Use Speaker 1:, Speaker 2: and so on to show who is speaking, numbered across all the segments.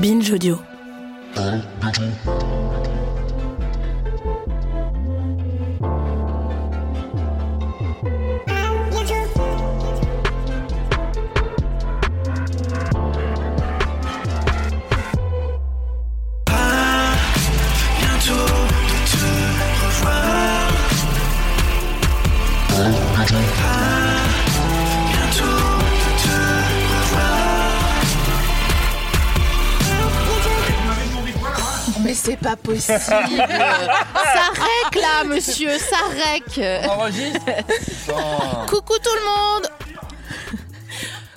Speaker 1: Binge Audio. Mais c'est pas possible. ça rec là, monsieur, ça rec.
Speaker 2: Enregistre
Speaker 1: Coucou tout le monde.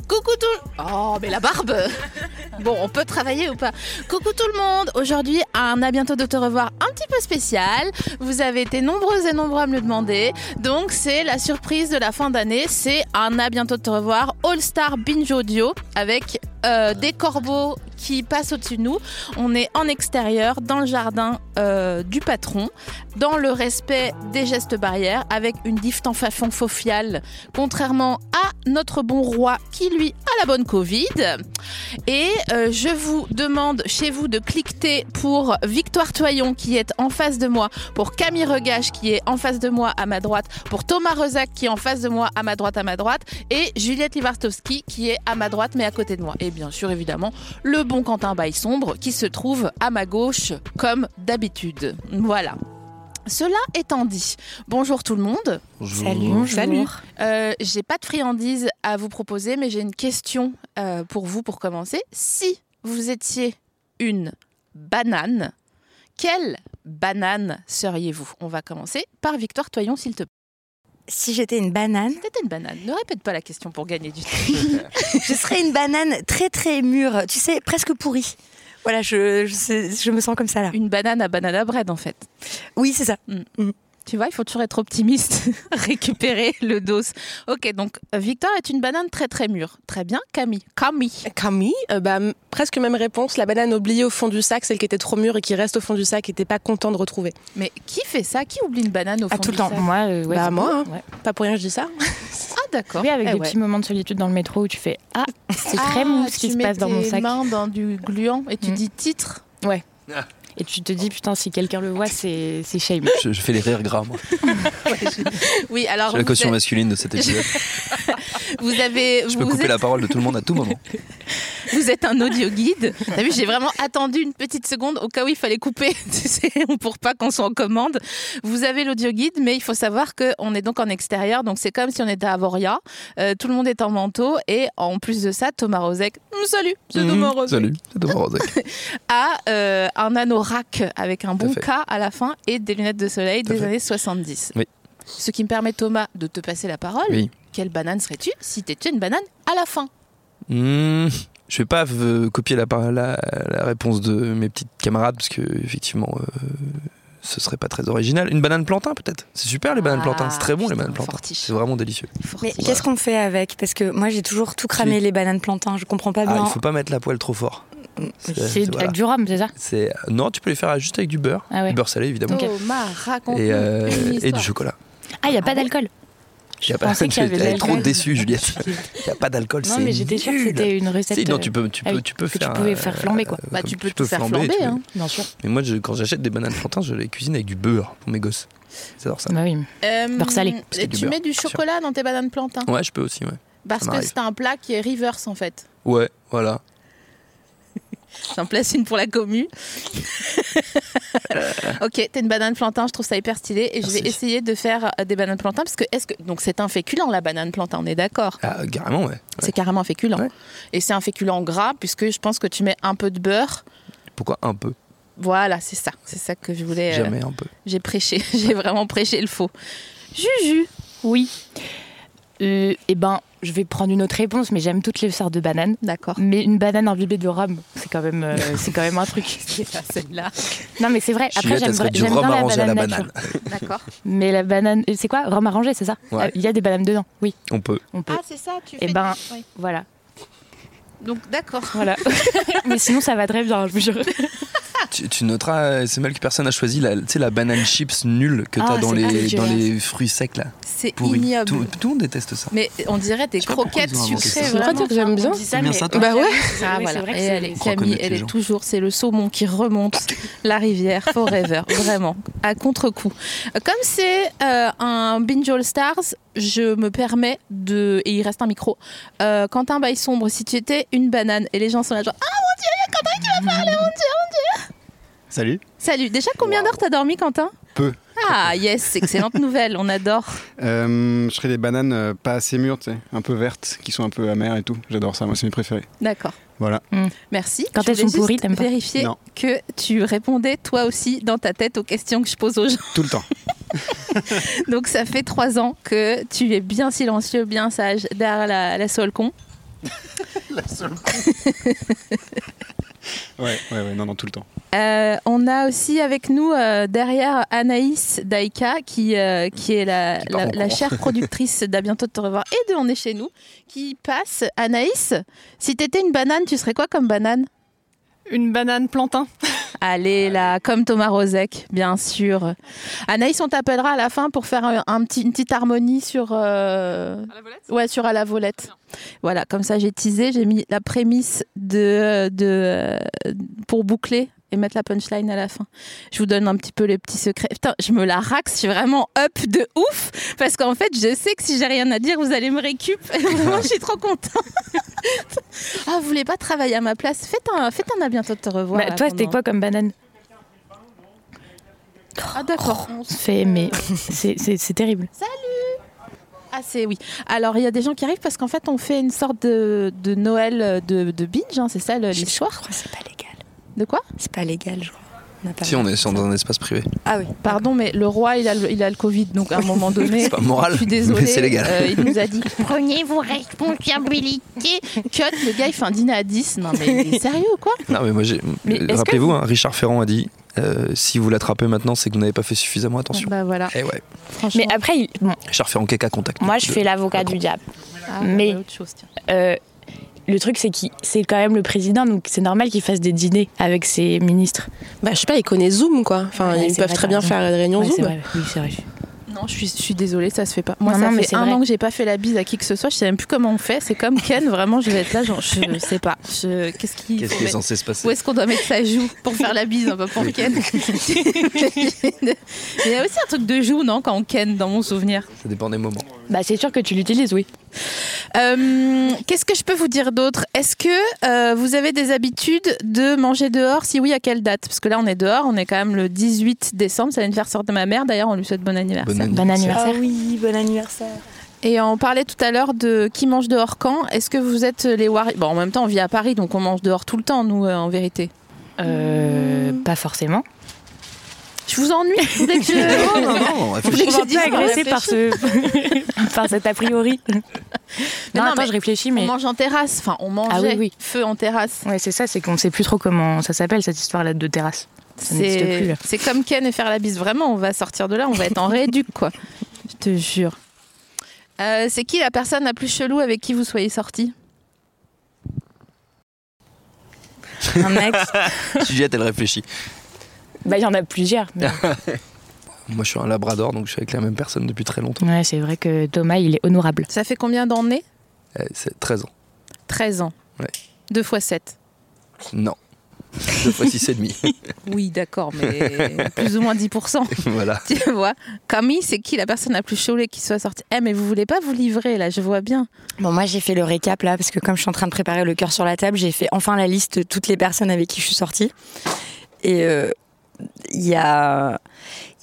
Speaker 1: Coucou tout. le- Oh, mais la barbe. Bon, on peut travailler ou pas. Coucou tout le monde. Aujourd'hui, un à bientôt de te revoir un petit peu spécial. Vous avez été nombreux et nombreux à me le demander. Donc, c'est la surprise de la fin d'année. C'est un à bientôt de te revoir All Star Binge Audio avec euh, des corbeaux qui passent au-dessus de nous. On est en extérieur, dans le jardin euh, du patron, dans le respect des gestes barrières, avec une diphtanfafon fofiale, contrairement à notre bon roi qui, lui, a la bonne Covid. Et euh, je vous demande chez vous de cliquer pour Victoire Toyon qui est en face de moi, pour Camille Regache qui est en face de moi à ma droite, pour Thomas Rezac qui est en face de moi à ma droite à ma droite, et Juliette Livartowski qui est à ma droite mais à côté de moi. Et bien sûr, évidemment, le bon Quentin Bail sombre qui se trouve à ma gauche comme d'habitude. Voilà. Cela étant dit, bonjour tout le monde.
Speaker 3: Salut.
Speaker 1: Salut. Euh, j'ai pas de friandises à vous proposer, mais j'ai une question euh, pour vous pour commencer. Si vous étiez une banane, quelle banane seriez-vous On va commencer par Victoire Toyon, s'il te plaît.
Speaker 3: Si j'étais une banane,
Speaker 1: T'étais une banane. Ne répète pas la question pour gagner du temps.
Speaker 3: je serais une banane très très mûre, tu sais, presque pourrie. Voilà, je, je, sais- je me sens comme ça là.
Speaker 1: Une banane à banana bread, en fait.
Speaker 3: Oui, c'est ça.
Speaker 1: Tu vois, il faut toujours être optimiste, récupérer le dos. Ok, donc Victoire est une banane très très mûre. Très bien, Camille. Camille.
Speaker 4: Camille, euh, bah, m- presque même réponse. La banane oubliée au fond du sac, celle qui était trop mûre et qui reste au fond du sac et t'es pas content de retrouver.
Speaker 1: Mais qui fait ça Qui oublie une banane au fond
Speaker 4: Ah, tout
Speaker 1: du
Speaker 4: le temps.
Speaker 1: sac
Speaker 5: Moi, euh, ouais,
Speaker 4: Bah,
Speaker 5: c'est-
Speaker 4: moi, hein.
Speaker 5: ouais.
Speaker 4: Pas pour rien je dis ça.
Speaker 1: Ah d'accord.
Speaker 5: Oui, avec
Speaker 1: Eh
Speaker 5: des
Speaker 1: ouais.
Speaker 5: petits moments de solitude dans le métro où tu fais Ah, c'est très mou ce qui se passe dans mon
Speaker 1: Tu mets tes
Speaker 5: sac.
Speaker 1: mains dans du gluant et tu
Speaker 5: Mm.
Speaker 1: dis titre.
Speaker 5: Et tu te dis, putain, si quelqu'un le voit, c'est c'est shame.
Speaker 2: je, je fais les rires gras, moi.
Speaker 1: Oui, alors
Speaker 2: J'ai la
Speaker 1: vous,
Speaker 2: caution
Speaker 1: avez,
Speaker 2: masculine de cet épisode.
Speaker 1: vous avez-
Speaker 2: Je peux
Speaker 1: vous
Speaker 2: couper
Speaker 1: êtes,
Speaker 2: la parole de tout le monde à tout moment.
Speaker 1: vous êtes un audio guide. T'as vu, j'ai vraiment attendu une petite seconde au cas où il fallait couper, tu sais, pour pas qu'on soit en commande. Vous avez l'audio guide, mais il faut savoir que on est donc en extérieur, donc c'est comme si on était à Voria. Euh, tout le monde est en manteau et en plus de ça, Thomas Rozek, Hum, salut, c'est Thomas
Speaker 2: Mhm.
Speaker 1: Rozek.
Speaker 2: Salut, c'est Thomas Rozek.
Speaker 1: à euh, un anorak avec un
Speaker 2: Tout à
Speaker 1: bon
Speaker 2: fait.
Speaker 1: K à la fin et des lunettes de soleil
Speaker 2: Tout à
Speaker 1: des
Speaker 2: fait.
Speaker 1: années 70.
Speaker 2: Oui.
Speaker 1: Ce qui me permet, Thomas, de te passer la parole.
Speaker 2: Oui.
Speaker 1: Quelle banane serais-tu si t'étais une banane à la fin
Speaker 2: Hmm, je vais pas euh, copier la, par- la, la réponse de mes petites camarades parce que effectivement, euh, ce serait pas très original. Une banane plantain peut-être. C'est super les bananes
Speaker 1: Ah,
Speaker 2: plantains. C'est très bon les
Speaker 1: putain,
Speaker 2: bananes plantains.
Speaker 1: fortiche.
Speaker 2: C'est vraiment délicieux.
Speaker 3: Mais
Speaker 1: Fortiche.
Speaker 3: qu'est-ce qu'on fait avec Parce que moi j'ai toujours tout cramé les bananes plantains, je comprends pas
Speaker 2: Ah,
Speaker 3: bien.
Speaker 2: il faut pas mettre la poêle trop fort. C'est-
Speaker 5: C'est
Speaker 2: voilà.
Speaker 5: avec Mm, du rhum, c'est ça
Speaker 2: C'est- non, tu peux les faire juste avec du beurre,
Speaker 5: Ah ouais.
Speaker 2: du beurre salé évidemment,
Speaker 1: Thomas, raconte
Speaker 2: et, euh, et du
Speaker 1: chocolat.
Speaker 2: chocolat.
Speaker 5: Ah, il n'y a pas d'alcool.
Speaker 2: Je
Speaker 5: pensais qu'il y avait de
Speaker 2: Elle est trop
Speaker 5: l'alcool.
Speaker 2: déçue Juliette. Il n'y a pas d'alcool.
Speaker 5: Non,
Speaker 2: c'est
Speaker 5: mais j'étais sûre que
Speaker 2: nul.
Speaker 5: c'était une recette.
Speaker 2: Si, non, tu peux, tu
Speaker 5: ah
Speaker 2: peux,
Speaker 5: oui,
Speaker 2: tu peux
Speaker 5: que tu
Speaker 2: faire. euh,
Speaker 5: pouvais faire flamber, quoi.
Speaker 1: Bah,
Speaker 2: comme
Speaker 1: tu peux tout faire flamber.
Speaker 2: tu peux-
Speaker 1: hein.
Speaker 5: euh, Bien sûr.
Speaker 2: Mais moi, je- quand j'achète des bananes plantains, je les cuisine avec du beurre pour mes gosses. J'adore ça.
Speaker 5: Bah oui.
Speaker 1: Euh,
Speaker 5: Beurre salé.
Speaker 1: et
Speaker 2: Parce qu'il y a du
Speaker 1: tu
Speaker 2: beurre,
Speaker 1: mets du
Speaker 2: bien sûr.
Speaker 1: chocolat dans tes bananes plantains.
Speaker 2: Ouais, je peux aussi, ouais.
Speaker 1: parce que
Speaker 2: m'arrive.
Speaker 1: c'est un plat qui est reverse en fait.
Speaker 2: Ouais, voilà.
Speaker 1: J'en place une pour la commu. ok, t'es une banane plantain, je trouve ça hyper stylé. Et je
Speaker 2: Euh. Merci.
Speaker 1: vais essayer de faire euh, des bananes plantains parce que est-ce que donc c'est un féculent la banane plantain, on est d'accord
Speaker 2: Ah, carrément, ouais.
Speaker 1: C'est carrément un féculent.
Speaker 2: Ouais.
Speaker 1: Et c'est un féculent gras puisque je pense que tu mets un peu de beurre.
Speaker 2: Pourquoi un peu
Speaker 1: Voilà, c'est ça, c'est ça que je voulais. euh,
Speaker 2: Jamais un peu.
Speaker 1: J'ai prêché, j'ai vraiment prêché le faux. Juju,
Speaker 5: Oui. Euh, eh ben, je vais prendre une autre réponse, mais j'aime toutes les sortes de bananes.
Speaker 1: D'accord.
Speaker 5: Mais une banane imbibée de rhum, c'est quand même, euh, c'est quand même un truc.
Speaker 1: Celle-là.
Speaker 5: Non, mais c'est vrai. Après,
Speaker 2: Juliette,
Speaker 5: j'aime
Speaker 2: elle serait
Speaker 5: vra-
Speaker 2: du
Speaker 5: j'aime
Speaker 2: rhum
Speaker 5: bien la
Speaker 2: arrangé à
Speaker 5: banane,
Speaker 2: la
Speaker 5: nature.
Speaker 2: banane.
Speaker 1: D'accord.
Speaker 5: Mais la banane, euh, c'est quoi Rhum arrangé, c'est ça
Speaker 2: Ouais.
Speaker 5: Euh, Il y a des bananes dedans. Oui,
Speaker 2: On peut.
Speaker 5: on peut.
Speaker 1: Ah, c'est ça, tu fais.
Speaker 5: Eh ben-
Speaker 1: oui.
Speaker 5: Voilà,
Speaker 1: Donc, d'accord.
Speaker 5: voilà. mais sinon, ça va très bien. Je vous jure. Ah.
Speaker 2: Tu, tu noteras, euh, c'est mal que personne a choisi la, tu sais, la banane chips nulle que t'as
Speaker 5: Ah,
Speaker 2: dans
Speaker 5: c'est
Speaker 2: les
Speaker 5: dégueulasse.
Speaker 2: dans les fruits secs là.
Speaker 1: C'est
Speaker 2: Pourris.
Speaker 1: ignoble.
Speaker 2: Tout, tout le monde déteste ça.
Speaker 1: Mais on dirait des
Speaker 2: Je sais pas pourquoi
Speaker 1: croquettes
Speaker 2: ils ont inventé
Speaker 1: sucrées.
Speaker 2: ça.
Speaker 4: Je crois
Speaker 1: Vraiment.
Speaker 4: dire que j'aime bien.
Speaker 2: T'aimes bien ça, toi
Speaker 1: Bah ouais.
Speaker 5: Ah,
Speaker 1: voilà.
Speaker 5: voilà.
Speaker 1: Et elle est-
Speaker 2: Crois
Speaker 1: Camille,
Speaker 2: connaître
Speaker 1: elle
Speaker 2: les
Speaker 1: est
Speaker 2: gens.
Speaker 1: toujours, c'est le saumon qui remonte la rivière forever, vraiment, à contre-coup. Comme c'est euh, un Binge All Stars, je me permets de. Et il reste un micro. Euh, Quentin Bail Sombre, si tu étais une banane, et les gens sont là, genre, ah
Speaker 6: Salut.
Speaker 1: salut, déjà combien d'heures t'as dormi, Quentin
Speaker 6: Peu.
Speaker 1: Ah, yes, excellente nouvelle, on adore.
Speaker 6: Euh, je serais des bananes euh, pas assez mûres, tu sais, un peu vertes, qui sont un peu amères et tout. J'adore ça, moi c'est mes préférés.
Speaker 1: D'accord.
Speaker 6: Voilà.
Speaker 1: Merci.
Speaker 5: Quand
Speaker 1: Je
Speaker 5: elles
Speaker 1: voulais
Speaker 5: sont pourries,
Speaker 1: juste
Speaker 5: t'aimes pas
Speaker 1: Vérifier
Speaker 6: Non.
Speaker 1: que tu répondais toi aussi dans ta tête aux questions que je pose aux gens.
Speaker 6: Tout le temps.
Speaker 1: Donc ça fait trois ans que tu es bien silencieux, bien sage derrière la, la solcon.
Speaker 6: Ouais, ouais, ouais, non, non, tout le temps.
Speaker 1: Euh, on a aussi avec nous euh, derrière Anaïs Daika qui, euh, qui est la,
Speaker 2: Qui part
Speaker 1: la-
Speaker 2: en
Speaker 1: la
Speaker 2: courant.
Speaker 1: chère productrice d'À bientôt de te revoir et de On est chez nous qui passe. Anaïs, si t'étais une banane, tu serais quoi comme banane
Speaker 7: Une banane plantain.
Speaker 5: Bah,
Speaker 1: Allez là, comme Thomas Rozek, bien sûr. Anaïs, on t'appellera à la fin pour faire un, un petit, une petite harmonie sur... euh,
Speaker 7: À la volette
Speaker 1: Ouais, sur à la volette. Voilà, comme ça j'ai teasé, j'ai mis la prémisse de, de pour boucler et mettre la punchline à la fin. Je vous donne un petit peu les petits secrets. Putain, je me la raque, je suis vraiment up de ouf parce qu'en fait, je sais que si j'ai rien à dire, vous allez me récup. Vraiment, je suis trop contente. ah, vous voulez pas travailler à ma place Faites un faites un à bientôt de te revoir.
Speaker 5: Bah,
Speaker 1: là,
Speaker 5: toi, c'était
Speaker 1: pendant-
Speaker 5: quoi comme banane
Speaker 1: Ah d'accord. On se-
Speaker 5: Fait, mais
Speaker 1: Euh.
Speaker 5: c'est- c'est c'est terrible.
Speaker 1: Ah c'est oui. Alors, il y a des gens qui arrivent parce qu'en fait, on fait une sorte de, de Noël euh, de, de binge, hein, c'est ça le-
Speaker 3: Je
Speaker 1: l'histoire
Speaker 3: crois que c'est pas légal.
Speaker 1: De quoi
Speaker 3: C'est pas légal, je crois. On n'a pas
Speaker 2: Si
Speaker 3: le
Speaker 2: on
Speaker 3: droit.
Speaker 2: est sur- dans un espace privé.
Speaker 3: Ah oui.
Speaker 1: Pardon, mais le roi, il a le, il a le Covid, donc à un moment donné.
Speaker 2: C'est pas moral,
Speaker 1: Je suis désolée.
Speaker 2: mais c'est légal.
Speaker 1: euh, il nous a dit prenez vos responsabilités. Cut, le gars, il fait un dîner à 10. Non, mais il est sérieux ou quoi
Speaker 2: Non mais moi j'ai.
Speaker 5: Mais est-ce que
Speaker 2: Rappelez-vous, hein, Richard Ferrand a dit euh, si vous l'attrapez maintenant, c'est que vous n'avez pas fait suffisamment attention.
Speaker 1: Bah voilà,
Speaker 2: Eh ouais.
Speaker 1: franchement.
Speaker 5: Mais après, il- bon,
Speaker 2: Richard Ferrand caca contact.
Speaker 5: moi, je
Speaker 2: De-
Speaker 5: fais l'avocat du diable.
Speaker 1: Ah,
Speaker 5: mais-
Speaker 1: bah, autre chose, tiens.
Speaker 5: Euh, le truc, c'est qu'il c'est quand même le président, donc c'est normal qu'il fasse des dîners avec ses ministres.
Speaker 4: Bah, je sais pas, ils connaissent Zoom, quoi. Enfin,
Speaker 5: Ouais,
Speaker 4: ils
Speaker 5: c'est
Speaker 4: peuvent
Speaker 5: vrai,
Speaker 4: très
Speaker 5: t'as
Speaker 4: bien
Speaker 5: raison.
Speaker 4: faire des réunions
Speaker 5: Ouais, c'est
Speaker 4: Zoom.
Speaker 5: vrai. Oui, c'est vrai.
Speaker 1: Non, je suis, je suis désolée, ça se fait pas. Moi,
Speaker 5: Non,
Speaker 1: ça
Speaker 5: non, mais
Speaker 1: fait
Speaker 5: c'est
Speaker 1: un
Speaker 5: vrai.
Speaker 1: an que j'ai pas fait la bise à qui que ce soit. Je sais même plus comment on fait. C'est comme Ken, vraiment, je vais être là, genre, je sais pas. Je- Qu'est-ce qu'il
Speaker 2: Qu'est-ce
Speaker 1: faut
Speaker 2: qui est
Speaker 1: mettre
Speaker 2: censé se passer
Speaker 1: Où est-ce qu'on doit mettre sa joue pour faire la bise, hein, pas pour Ken Mais Il y a aussi un truc de joue, non, quand on Ken, dans mon souvenir.
Speaker 2: Ça dépend des moments.
Speaker 5: Bah, c'est sûr que tu l'utilises, oui.
Speaker 1: Euh, Qu'est-ce que je peux vous dire d'autre Est-ce que euh, vous avez des habitudes de manger dehors Si oui, à quelle date Parce que là, on est dehors, on est quand même le 18 décembre. Ça vient de faire sortir ma mère. D'ailleurs, on lui souhaite bon anniversaire.
Speaker 2: Bonne année.
Speaker 5: Bon anniversaire.
Speaker 3: Ah oui, bon anniversaire.
Speaker 1: Et on parlait tout à l'heure de qui mange dehors quand. Est-ce que vous êtes les warriors Bon, en même temps, on vit à Paris, donc on mange dehors tout le temps, nous, euh, en vérité.
Speaker 5: Euh, Pas forcément.
Speaker 1: Je vous ennuie Vous voulez que je-
Speaker 2: Non, non, non, on
Speaker 1: voulez
Speaker 2: réfléchit.
Speaker 1: que je dise qu'on
Speaker 5: agressée par, ce... par cet a priori. non,
Speaker 1: non,
Speaker 5: attends,
Speaker 1: mais
Speaker 5: je réfléchis,
Speaker 1: On
Speaker 5: mais.
Speaker 1: mange en terrasse. Enfin, on mangeait
Speaker 5: Ah oui, oui.
Speaker 1: feu en terrasse.
Speaker 5: Ouais, c'est ça, c'est qu'on ne sait plus trop comment ça s'appelle cette histoire-là de terrasse. Ça n'existe plus,
Speaker 1: C'est
Speaker 5: là.
Speaker 1: c'est comme Ken et faire la bise. Vraiment, on va sortir de là, on va être en rééduc, quoi. Je te jure. Euh, c'est qui la personne la plus chelou avec qui vous soyez sorti
Speaker 3: Un mec.
Speaker 2: Juliette, elle réfléchit.
Speaker 5: Bah, il y en a plusieurs. mais-
Speaker 2: Moi, je suis un labrador, donc je suis avec la même personne depuis très longtemps.
Speaker 5: Ouais, c'est vrai que Thomas, il est honorable.
Speaker 1: Ça fait combien d'années
Speaker 2: Euh, C'est 13 ans.
Speaker 1: 13 ans.
Speaker 2: Ouais.
Speaker 1: 2 fois 7.
Speaker 2: Non. Deux fois six et demi.
Speaker 1: Oui, d'accord, mais plus ou moins 10%.
Speaker 2: voilà.
Speaker 1: tu vois Camille, c'est qui la personne la plus chelou qui soit sortie Eh, mais vous voulez pas vous livrer, là, je vois bien.
Speaker 3: Bon, moi, j'ai fait le récap là, parce que comme je suis en train de préparer le cœur sur la table, j'ai fait enfin la liste de toutes les personnes avec qui je suis sortie. Et euh, il y, a,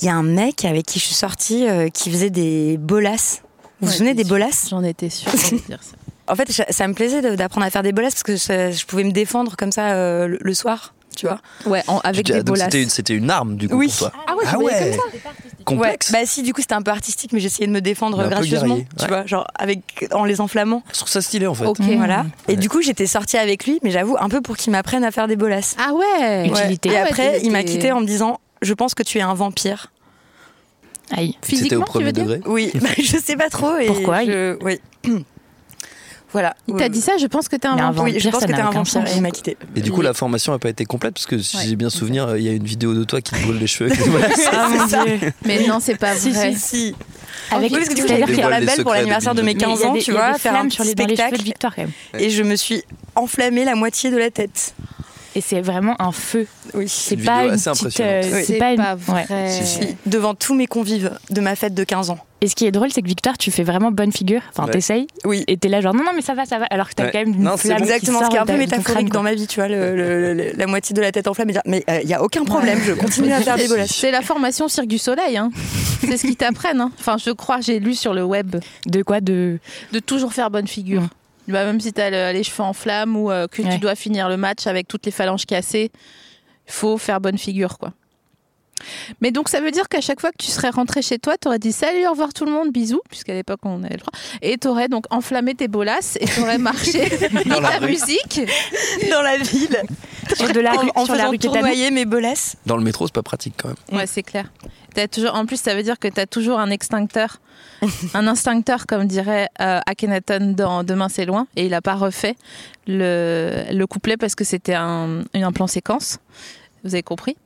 Speaker 3: il y a un mec avec qui je suis sortie euh, qui faisait des bolasses. Vous vous
Speaker 1: Ouais,
Speaker 3: souvenez
Speaker 1: bien
Speaker 3: des
Speaker 1: sûr.
Speaker 3: bolasses
Speaker 1: J'en étais sûre de dire ça.
Speaker 3: En fait, ça, ça me plaisait de- d'apprendre à faire des bolasses parce que ça- je pouvais me défendre comme ça euh, le, le soir, tu vois.
Speaker 1: Ouais, en- avec
Speaker 2: Tu dis, ah,
Speaker 1: des
Speaker 2: donc
Speaker 1: bolasses.
Speaker 2: c'était une- C'était une arme, du coup,
Speaker 3: Oui.
Speaker 2: pour toi. Ah
Speaker 1: Ah ouais, tu voyais comme ça
Speaker 2: complexe.
Speaker 3: Ouais, bah si, du coup, c'était un peu artistique, mais j'essayais de me défendre
Speaker 2: Mais un peu
Speaker 3: gracieusement,
Speaker 2: guerrier,
Speaker 3: tu
Speaker 2: ouais.
Speaker 3: vois, genre avec en les enflammant.
Speaker 1: bah,
Speaker 2: Je trouve ça stylé en fait.
Speaker 1: Ok.
Speaker 3: Voilà. Et
Speaker 2: Ouais.
Speaker 3: du coup, j'étais sortie avec lui, mais j'avoue, un peu pour qu'il m'apprenne à faire des bolasses.
Speaker 1: Ah ouais.
Speaker 3: Ouais.
Speaker 5: Utilité.
Speaker 3: Et
Speaker 1: Ah ouais,
Speaker 3: après,
Speaker 1: t'es-
Speaker 3: il m'a
Speaker 1: t'es-
Speaker 3: quitté en me disant Je pense que tu es un vampire.
Speaker 5: Aïe.
Speaker 2: C'était au
Speaker 1: Physiquement, tu
Speaker 2: premier
Speaker 1: veux dire
Speaker 2: degré.
Speaker 3: Oui, bah, je sais pas trop. Et
Speaker 5: Pourquoi
Speaker 3: je- Oui. voilà.
Speaker 1: Il t'a
Speaker 3: Euh,
Speaker 1: dit ça, je pense que t'es un
Speaker 5: Mais un
Speaker 1: vampire.
Speaker 5: vampire,
Speaker 3: Oui, je pense
Speaker 5: ça
Speaker 3: que t'es
Speaker 5: n'a
Speaker 3: un
Speaker 5: aucun
Speaker 3: vampire.
Speaker 5: sens.
Speaker 3: Et il m'a quitté.
Speaker 2: Et du coup, la formation n'a pas été complète parce que si j'ai bien souvenir, il y a une vidéo de toi qui te brûle les cheveux.
Speaker 3: Ah mon dieu.
Speaker 1: Mais non, c'est pas vrai.
Speaker 3: Si.
Speaker 5: Avec
Speaker 3: Oui, parce que du coup,
Speaker 5: c'est-à-dire
Speaker 3: j'allais
Speaker 5: qu'il y a-
Speaker 3: faire la
Speaker 2: Dévoile
Speaker 3: belle
Speaker 2: les
Speaker 3: pour
Speaker 2: secrets
Speaker 3: l'anniversaire de
Speaker 2: des
Speaker 3: mes
Speaker 5: mais il y a
Speaker 3: 15 ans,
Speaker 5: des-
Speaker 3: tu
Speaker 5: il y a
Speaker 3: vois,
Speaker 5: des
Speaker 3: faire un
Speaker 5: flammes
Speaker 3: petit
Speaker 5: sur les dans les cheveux de
Speaker 3: spectacle.
Speaker 5: Victoire quand même.
Speaker 3: Et je me suis enflammée la moitié de la tête.
Speaker 5: Et c'est vraiment un feu.
Speaker 3: Oui.
Speaker 5: C'est
Speaker 2: une
Speaker 5: pas
Speaker 2: vidéo
Speaker 5: une
Speaker 2: assez
Speaker 5: petite.
Speaker 2: impressionnante.
Speaker 5: euh,
Speaker 3: Oui.
Speaker 5: c'est pas une- ouais.
Speaker 2: Si, si.
Speaker 3: Si, Devant tous mes convives de ma fête de 15 ans.
Speaker 5: Et ce qui est drôle, c'est que Victoire, tu fais vraiment bonne figure. Enfin,
Speaker 2: Ouais.
Speaker 5: t'essayes.
Speaker 3: Oui.
Speaker 5: Et t'es là, genre, non, non, mais ça va, ça va. Alors que t'as
Speaker 2: Ouais.
Speaker 5: quand même une
Speaker 2: Non, c'est
Speaker 5: flamme
Speaker 2: bon.
Speaker 5: qui
Speaker 3: Exactement, ce
Speaker 5: sort
Speaker 3: qui est un peu
Speaker 5: de- de ton crâne,
Speaker 3: métaphorique
Speaker 5: quoi.
Speaker 3: dans ma vie, tu vois, le- le- le- la moitié de la tête enflammée. dire, Mais il n'y a aucun problème, je continue à faire des bolasses.
Speaker 1: Ah, C'est la formation Cirque du Soleil. hein. C'est ce qu'ils t'apprennent. hein. Enfin, je crois, j'ai lu sur le web
Speaker 5: De quoi de...
Speaker 1: de toujours faire bonne figure.
Speaker 5: Mm.
Speaker 1: Bah, même si t'as le- les cheveux en flammes ou euh, que
Speaker 5: Ouais.
Speaker 1: tu dois finir le match avec toutes les phalanges cassées, faut faire bonne figure, quoi. Mais donc ça veut dire qu'à chaque fois que tu serais rentré chez toi, t'aurais dit salut, au revoir tout le monde, bisous, puisqu'à l'époque on avait le droit, et t'aurais donc enflammé tes bolasses et t'aurais marché dans
Speaker 2: la
Speaker 1: ta
Speaker 2: rue.
Speaker 1: musique.
Speaker 3: Dans la ville,
Speaker 5: sur de la rue,
Speaker 3: en, en
Speaker 5: sur la
Speaker 3: faisant
Speaker 5: rue Kétano.
Speaker 3: tournoyer mes bolasses.
Speaker 2: Dans le métro, c'est pas pratique quand même.
Speaker 1: Ouais, c'est clair. T'as toujours... En plus, ça veut dire que t'as toujours un extincteur, un instincteur, comme dirait euh, Akhenaton dans Demain c'est loin, et il a pas refait le, le couplet parce que c'était un, un plan séquence. Vous avez compris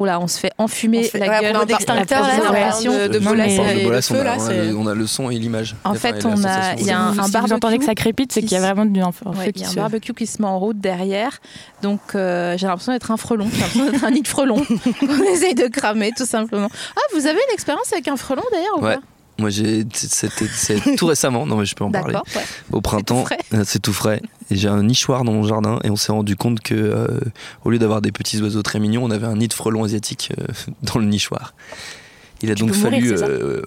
Speaker 1: Oula, on se fait
Speaker 3: On
Speaker 1: enfumer
Speaker 3: se fait-
Speaker 1: la
Speaker 3: ouais, à
Speaker 1: gueule
Speaker 3: propos
Speaker 1: en par-
Speaker 3: d'extincteur,
Speaker 1: par-
Speaker 3: là,
Speaker 1: par-
Speaker 5: ouais.
Speaker 1: par-
Speaker 5: Parle
Speaker 1: par-
Speaker 5: de
Speaker 1: par-
Speaker 2: Non,
Speaker 5: bolas
Speaker 2: mais-
Speaker 5: et
Speaker 2: Parle de
Speaker 1: euh,
Speaker 5: le
Speaker 2: bolas,
Speaker 5: feu,
Speaker 2: on a-
Speaker 5: là,
Speaker 2: on a
Speaker 5: c'est-
Speaker 2: le- on a le son et l'image.
Speaker 1: En
Speaker 2: Enfin,
Speaker 1: fait,
Speaker 2: et la
Speaker 1: on a-
Speaker 2: sensation.
Speaker 1: il y a un-
Speaker 5: Si
Speaker 1: barbecue.
Speaker 5: Vous entendez que ça crépite, c'est qu'il y a vraiment du- un feu
Speaker 1: Ouais,
Speaker 5: qui
Speaker 1: Il y a un
Speaker 5: se-
Speaker 1: barbecue qui se met en route derrière, donc euh, j'ai l'impression d'être un frelon, j'ai l'impression d'être un nid de frelon qu'on essaye de cramer tout simplement. Ah, vous avez une expérience avec un frelon d'ailleurs ou
Speaker 2: Ouais.
Speaker 1: pas
Speaker 2: Moi, j'ai c'était c'est tout récemment. Non, mais je peux en parler.
Speaker 1: D'accord, ouais.
Speaker 2: Au printemps,
Speaker 1: frais.
Speaker 2: euh, c'est tout frais. Et j'ai un nichoir dans mon jardin et on s'est rendu compte que euh, au lieu d'avoir des petits oiseaux très mignons, on avait un nid de frelons asiatiques euh, dans le nichoir. Il a
Speaker 5: Tu
Speaker 2: donc
Speaker 5: peux mourir,
Speaker 2: fallu.
Speaker 5: c'est ça
Speaker 2: euh,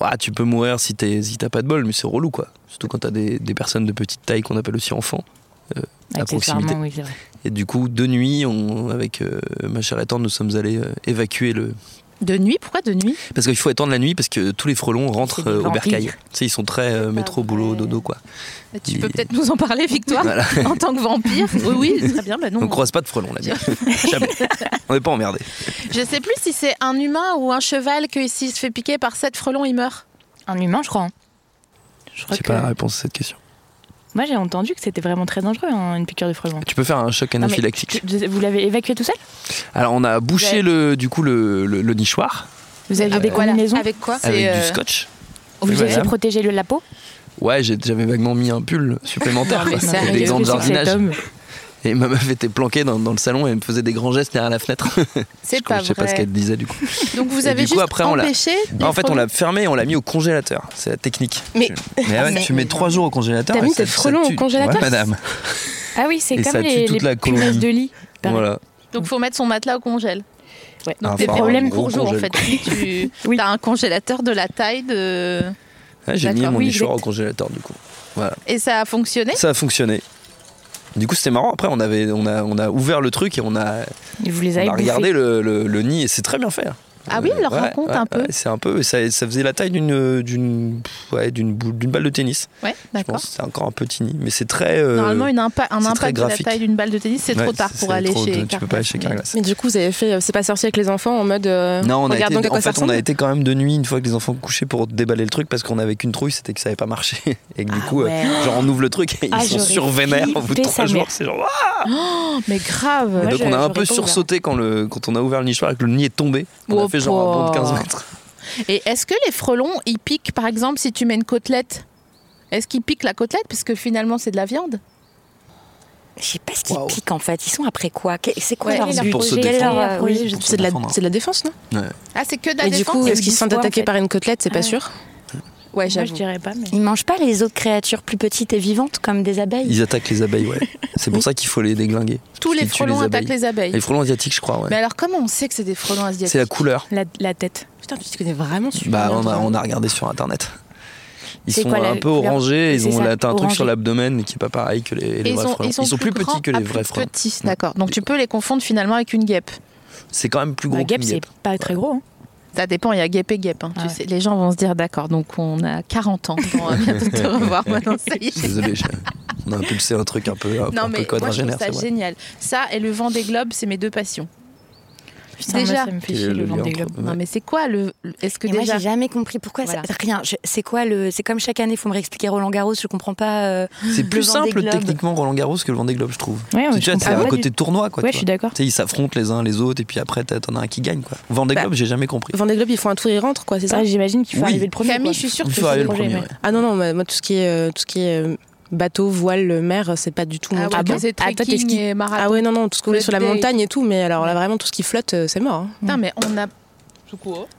Speaker 2: ouah, tu peux mourir si t'es- si t'as pas de bol, mais c'est relou quoi. Surtout quand t'as des, des personnes de petite taille qu'on appelle aussi enfants. euh, à
Speaker 5: Accessoirement,
Speaker 2: proximité.
Speaker 5: oui, c'est vrai.
Speaker 2: Et du coup, de nuit, on, avec euh, ma chère étante, nous sommes allés euh, évacuer le.
Speaker 1: De nuit Pourquoi de nuit
Speaker 2: Parce qu'il faut étendre la nuit parce que tous les frelons rentrent
Speaker 5: des
Speaker 2: euh, au
Speaker 5: vampires.
Speaker 2: bercail. Tu sais, ils sont très euh, métro, boulot,
Speaker 1: vrai.
Speaker 2: dodo quoi.
Speaker 1: Bah, Tu
Speaker 2: Il-
Speaker 1: peux peut-être nous en parler, Victoire,
Speaker 2: Voilà.
Speaker 1: en tant que vampire. Oui, oui, très bien. bah non.
Speaker 2: On croise pas de frelons là-bas. Jamais. On n'est pas emmerdé.
Speaker 1: Je sais plus si c'est un humain ou un cheval que s'il se fait piquer par sept frelons, il meurt.
Speaker 5: Un humain, je crois. hein. Je crois
Speaker 2: J'ai
Speaker 5: que...
Speaker 2: pas la réponse à cette question.
Speaker 5: Moi, j'ai entendu que c'était vraiment très dangereux, hein, une piqûre de frelon.
Speaker 2: Tu peux faire un choc
Speaker 5: mais-
Speaker 2: anaphylactique.
Speaker 5: Tu- Vous l'avez évacué tout seul
Speaker 2: Alors on a bouché le du coup le, le- le nichoir
Speaker 5: Vous avez
Speaker 2: Euh,
Speaker 5: des
Speaker 1: Voilà.
Speaker 5: combinaisons
Speaker 1: Avec quoi
Speaker 2: avec
Speaker 1: C'est, euh,
Speaker 2: du scotch.
Speaker 5: Vous avez
Speaker 2: Voilà.
Speaker 5: protégé le la peau
Speaker 2: Ouais, j'ai- j'avais vaguement mis un pull supplémentaire.
Speaker 1: Non, mais
Speaker 2: quoi.
Speaker 1: sérieux,
Speaker 2: Et des gants de
Speaker 5: Qu'est-ce que c'est que cet
Speaker 2: jardinage.
Speaker 5: homme
Speaker 2: Et ma meuf était planquée dans, dans le salon et elle me faisait des grands gestes derrière la fenêtre.
Speaker 1: C'est
Speaker 2: Je
Speaker 1: pas
Speaker 2: je sais pas
Speaker 1: vrai.
Speaker 2: ce qu'elle disait du coup.
Speaker 1: Donc vous
Speaker 2: Et
Speaker 1: avez
Speaker 2: du coup,
Speaker 1: juste
Speaker 2: après, on l'a-
Speaker 1: empêché. des
Speaker 2: en fait, on
Speaker 1: frelons.
Speaker 2: l'a fermé et on l'a mis au congélateur. C'est la technique.
Speaker 4: Mais-
Speaker 2: Tu, mais ouais, tu mets trois jours au congélateur.
Speaker 4: T'as
Speaker 2: et
Speaker 4: mis
Speaker 2: ça-
Speaker 4: tes
Speaker 2: ça
Speaker 4: frelons au
Speaker 2: tue.
Speaker 4: congélateur
Speaker 2: Ouais, madame.
Speaker 5: Ah oui, c'est
Speaker 2: Et ça
Speaker 5: comme
Speaker 2: tue
Speaker 5: les,
Speaker 2: toute
Speaker 5: les
Speaker 2: la colonie.
Speaker 5: punaises de lit. Pareil.
Speaker 2: Voilà.
Speaker 1: Donc faut mettre son matelas au congèle.
Speaker 2: Enfin,
Speaker 1: Donc des
Speaker 2: un
Speaker 1: problèmes
Speaker 2: gros
Speaker 1: pour jour, en
Speaker 2: congèle,
Speaker 1: fait.
Speaker 2: quoi.
Speaker 1: Tu
Speaker 5: Oui.
Speaker 1: as un congélateur de la taille de.
Speaker 2: Ouais, j'ai mis
Speaker 1: D'accord,
Speaker 2: mon
Speaker 1: oui,
Speaker 2: nichoir au
Speaker 1: exact.
Speaker 2: congélateur du coup.
Speaker 1: Et ça a fonctionné.
Speaker 2: Ça a fonctionné. Du coup, c'était marrant. Après, on, avait, on, a, on a ouvert le truc et on a,
Speaker 5: Et Vous les
Speaker 2: on
Speaker 5: avez
Speaker 2: a
Speaker 5: bouffés.
Speaker 2: regardé le, le- le nid et c'est très bien fait.
Speaker 1: Ah oui,
Speaker 2: Euh,
Speaker 1: il leur
Speaker 2: ouais,
Speaker 1: raconte
Speaker 2: ouais,
Speaker 1: un peu.
Speaker 2: ouais, c'est un peu. Ça, ça faisait la taille d'une d'une pff, ouais, d'une boule- d'une balle de tennis.
Speaker 1: Ouais,
Speaker 2: Je
Speaker 1: d'accord.
Speaker 2: pense que c'est encore un petit nid, mais c'est très. euh,
Speaker 1: Normalement, une impa- un
Speaker 2: c'est très
Speaker 1: impact de la
Speaker 2: graphique.
Speaker 1: taille d'une balle de tennis, c'est
Speaker 2: ouais,
Speaker 1: trop tard pour
Speaker 2: c'est
Speaker 1: aller
Speaker 2: trop-
Speaker 1: chez.
Speaker 2: Tu peux pas aller chez
Speaker 1: mais-
Speaker 2: Carglass.
Speaker 4: Mais du coup, vous avez fait euh, C'est pas sorcier avec les enfants en mode. euh,
Speaker 2: Non, on a
Speaker 4: regarde
Speaker 2: été,
Speaker 4: donc à quoi
Speaker 2: en
Speaker 4: ça
Speaker 2: fait, on a
Speaker 4: ressemble.
Speaker 2: été quand même de nuit une fois que les enfants couchaient pour déballer le truc parce qu'on avait qu'une trouille, c'était que ça n'avait pas marché. Et que du coup, euh, genre, on ouvre le truc et ils
Speaker 5: Ah,
Speaker 2: sont
Speaker 5: j'aurais
Speaker 2: survénères au bout de
Speaker 5: flippé
Speaker 2: trois
Speaker 5: sa
Speaker 2: jours.
Speaker 5: mère.
Speaker 2: C'est genre,
Speaker 1: Mais grave.
Speaker 2: Et
Speaker 5: Moi,
Speaker 2: donc
Speaker 5: je-
Speaker 2: on a un
Speaker 5: j'aurais
Speaker 2: peu
Speaker 5: pas
Speaker 2: sursauté quand, le, quand on a ouvert le nichoir et que le nid est tombé. On
Speaker 1: Oh,
Speaker 2: a fait genre un bond de 15
Speaker 1: pouah.
Speaker 2: mètres.
Speaker 1: Et est-ce que les frelons, ils piquent, par exemple, si tu mets une côtelette Est-ce qu'ils piquent la côtelette Parce que finalement, c'est de la viande.
Speaker 3: Je sais pas ce qu'ils
Speaker 2: Waouh.
Speaker 3: piquent en fait. Ils sont après quoi Que- C'est quoi
Speaker 5: Ouais,
Speaker 3: leur
Speaker 5: leur
Speaker 3: but
Speaker 2: pour se
Speaker 5: projet,
Speaker 3: Quel est leur-
Speaker 5: leur-
Speaker 3: euh,
Speaker 5: oui,
Speaker 3: oui,
Speaker 5: je-
Speaker 4: C'est de, la-
Speaker 2: hein.
Speaker 4: c'est de la défense, non
Speaker 1: Ah, c'est que de la
Speaker 4: Mais du
Speaker 1: défense
Speaker 4: coup,
Speaker 3: ils
Speaker 4: est-ce qu'ils se
Speaker 3: se
Speaker 4: sentent
Speaker 3: boivent, en
Speaker 4: attaqués
Speaker 3: fait.
Speaker 4: par une côtelette C'est pas sûr
Speaker 1: Ouais,
Speaker 5: Moi,
Speaker 1: j'avoue.
Speaker 5: je dirais pas, mais...
Speaker 3: Ils mangent pas les autres créatures plus petites et vivantes comme des abeilles.
Speaker 2: Ils attaquent les abeilles, ouais. C'est pour ça qu'il faut les déglinguer.
Speaker 1: Tous
Speaker 2: Parce
Speaker 1: les
Speaker 2: qu'ils tuent
Speaker 1: frelons attaquent
Speaker 2: abeilles.
Speaker 1: les abeilles.
Speaker 2: Les frelons asiatiques, je crois,
Speaker 1: Mais
Speaker 2: ouais.
Speaker 1: alors, comment on sait que c'est des frelons
Speaker 2: C'est
Speaker 1: asiatiques
Speaker 2: la couleur.
Speaker 5: La, la tête.
Speaker 4: Putain, tu te connais vraiment super
Speaker 2: Bah,
Speaker 4: bien,
Speaker 2: on a,
Speaker 4: toi.
Speaker 2: on a regardé sur internet. Ils
Speaker 5: C'est
Speaker 2: sont
Speaker 5: quoi la
Speaker 2: un peu
Speaker 5: couleur
Speaker 2: orangés, ils
Speaker 5: C'est
Speaker 2: ont
Speaker 5: ça,
Speaker 2: là, t'as un truc
Speaker 5: orangé.
Speaker 2: sur l'abdomen qui est pas pareil que les, les
Speaker 1: Et
Speaker 2: vrais frelons. plus,
Speaker 1: grands
Speaker 2: petits que
Speaker 1: à
Speaker 2: les
Speaker 1: plus
Speaker 2: vrais frelons.
Speaker 1: petits, d'accord. Donc tu peux les confondre finalement avec une guêpe.
Speaker 2: C'est quand même plus gros
Speaker 5: La
Speaker 2: qu'une
Speaker 5: guêpe, c'est
Speaker 2: guêpe.
Speaker 5: pas très gros. hein.
Speaker 1: Ça dépend, il y a guêpe et guêpe. hein, tu sais. les gens vont se dire d'accord, donc on a 40 ans pour euh, bientôt te revoir. maintenant, ça y est.
Speaker 2: Désolé, j'ai- on a impulsé un truc un peu,
Speaker 1: Non,
Speaker 2: un peu
Speaker 1: mais moi, je
Speaker 2: quadragénaire,
Speaker 1: trouve ça
Speaker 2: c'est vrai.
Speaker 1: génial. Ça et le vent des globes, c'est mes deux passions.
Speaker 5: Putain,
Speaker 1: Déjà.
Speaker 5: moi, ça me fait
Speaker 2: Quel est
Speaker 5: chier
Speaker 2: le
Speaker 5: le
Speaker 2: lien
Speaker 5: Vendée
Speaker 2: entre-
Speaker 5: Globe.
Speaker 2: Ouais.
Speaker 1: Non, mais c'est quoi le. le- Est-ce que
Speaker 3: Et moi,
Speaker 1: déjà.
Speaker 3: j'ai jamais compris pourquoi ça.
Speaker 1: Voilà.
Speaker 3: Rien. je- C'est quoi le. C'est comme chaque année, il faut me réexpliquer Roland Garros, je comprends pas. euh,
Speaker 2: C'est plus
Speaker 3: Vendée
Speaker 2: simple
Speaker 3: Globe.
Speaker 2: techniquement Roland Garros que le Vendée Globe, je trouve.
Speaker 5: Ouais, ouais,
Speaker 2: Tu
Speaker 5: je
Speaker 2: sais,
Speaker 5: comprends
Speaker 2: c'est
Speaker 5: pas
Speaker 2: un
Speaker 5: du
Speaker 2: côté tournoi, quoi.
Speaker 5: Ouais,
Speaker 2: tu
Speaker 5: je
Speaker 2: vois.
Speaker 5: suis d'accord.
Speaker 2: Tu sais, ils s'affrontent les uns les autres, et puis après, t'as- t'en as un qui gagne, quoi. Vendée Globe, j'ai jamais compris.
Speaker 4: Vendée Globe, ils font un tour, ils rentrent, quoi, c'est ça
Speaker 5: Ça, j'imagine qu'il faut
Speaker 2: Oui.
Speaker 5: arriver le premier.
Speaker 1: Camille,
Speaker 5: quoi.
Speaker 1: je suis sûre que
Speaker 2: Il
Speaker 1: c'est
Speaker 2: faut arriver le premier,
Speaker 5: ouais.
Speaker 2: ouais.
Speaker 4: Ah non, non, mais moi, tout ce qui est, euh, tout ce qui est euh, bateau, voile, euh, mer, c'est pas du tout mon
Speaker 1: Ah,
Speaker 4: truc. hein.
Speaker 1: ouais,
Speaker 5: bon
Speaker 1: c'est
Speaker 5: Ah, toi, t'es
Speaker 1: trekking
Speaker 5: ski.
Speaker 1: et marathon.
Speaker 4: Ah ouais, non, non, tout ce qu'on
Speaker 1: Flood
Speaker 4: est sur la
Speaker 1: day.
Speaker 4: montagne et tout, mais alors là, vraiment, tout ce qui flotte, euh, c'est mort. hein.
Speaker 1: Putain, mais on a.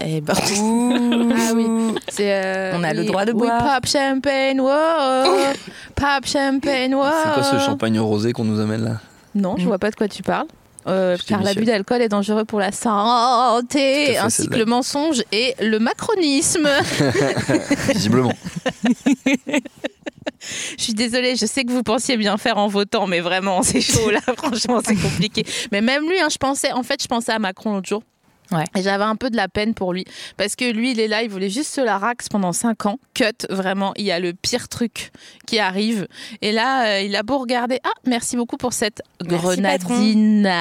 Speaker 4: Eh ben,
Speaker 1: Ah oui, c'est. euh,
Speaker 3: On a le
Speaker 1: oui,
Speaker 3: droit de
Speaker 1: oui,
Speaker 3: boire.
Speaker 1: Pop champagne, wow. Pop champagne, wow.
Speaker 2: C'est quoi ce champagne rosé qu'on nous amène là
Speaker 1: Non, je
Speaker 3: Mm.
Speaker 1: vois pas de quoi tu parles. Euh,
Speaker 2: Je t'ai
Speaker 1: car
Speaker 2: mis
Speaker 1: l'abus
Speaker 2: celle-là.
Speaker 1: d'alcool est dangereux pour la
Speaker 2: Tout à
Speaker 1: santé,
Speaker 2: fait,
Speaker 1: ainsi que
Speaker 2: celle-là.
Speaker 1: le mensonge et le macronisme.
Speaker 2: Visiblement.
Speaker 1: je suis désolée, je sais que vous pensiez bien faire en votant, mais vraiment, c'est chaud là, franchement, c'est compliqué. Mais même lui, hein, je pensais, en fait, je pensais à Macron l'autre jour.
Speaker 5: Ouais.
Speaker 1: Et j'avais un peu de la peine pour lui. Parce que lui, il est là, il voulait juste se la rax pendant 5 ans. Cut, vraiment, il y a le pire truc qui arrive. Et là, euh, il a beau regarder. Ah, merci beaucoup pour cette
Speaker 3: Merci, patron.
Speaker 1: grenadine.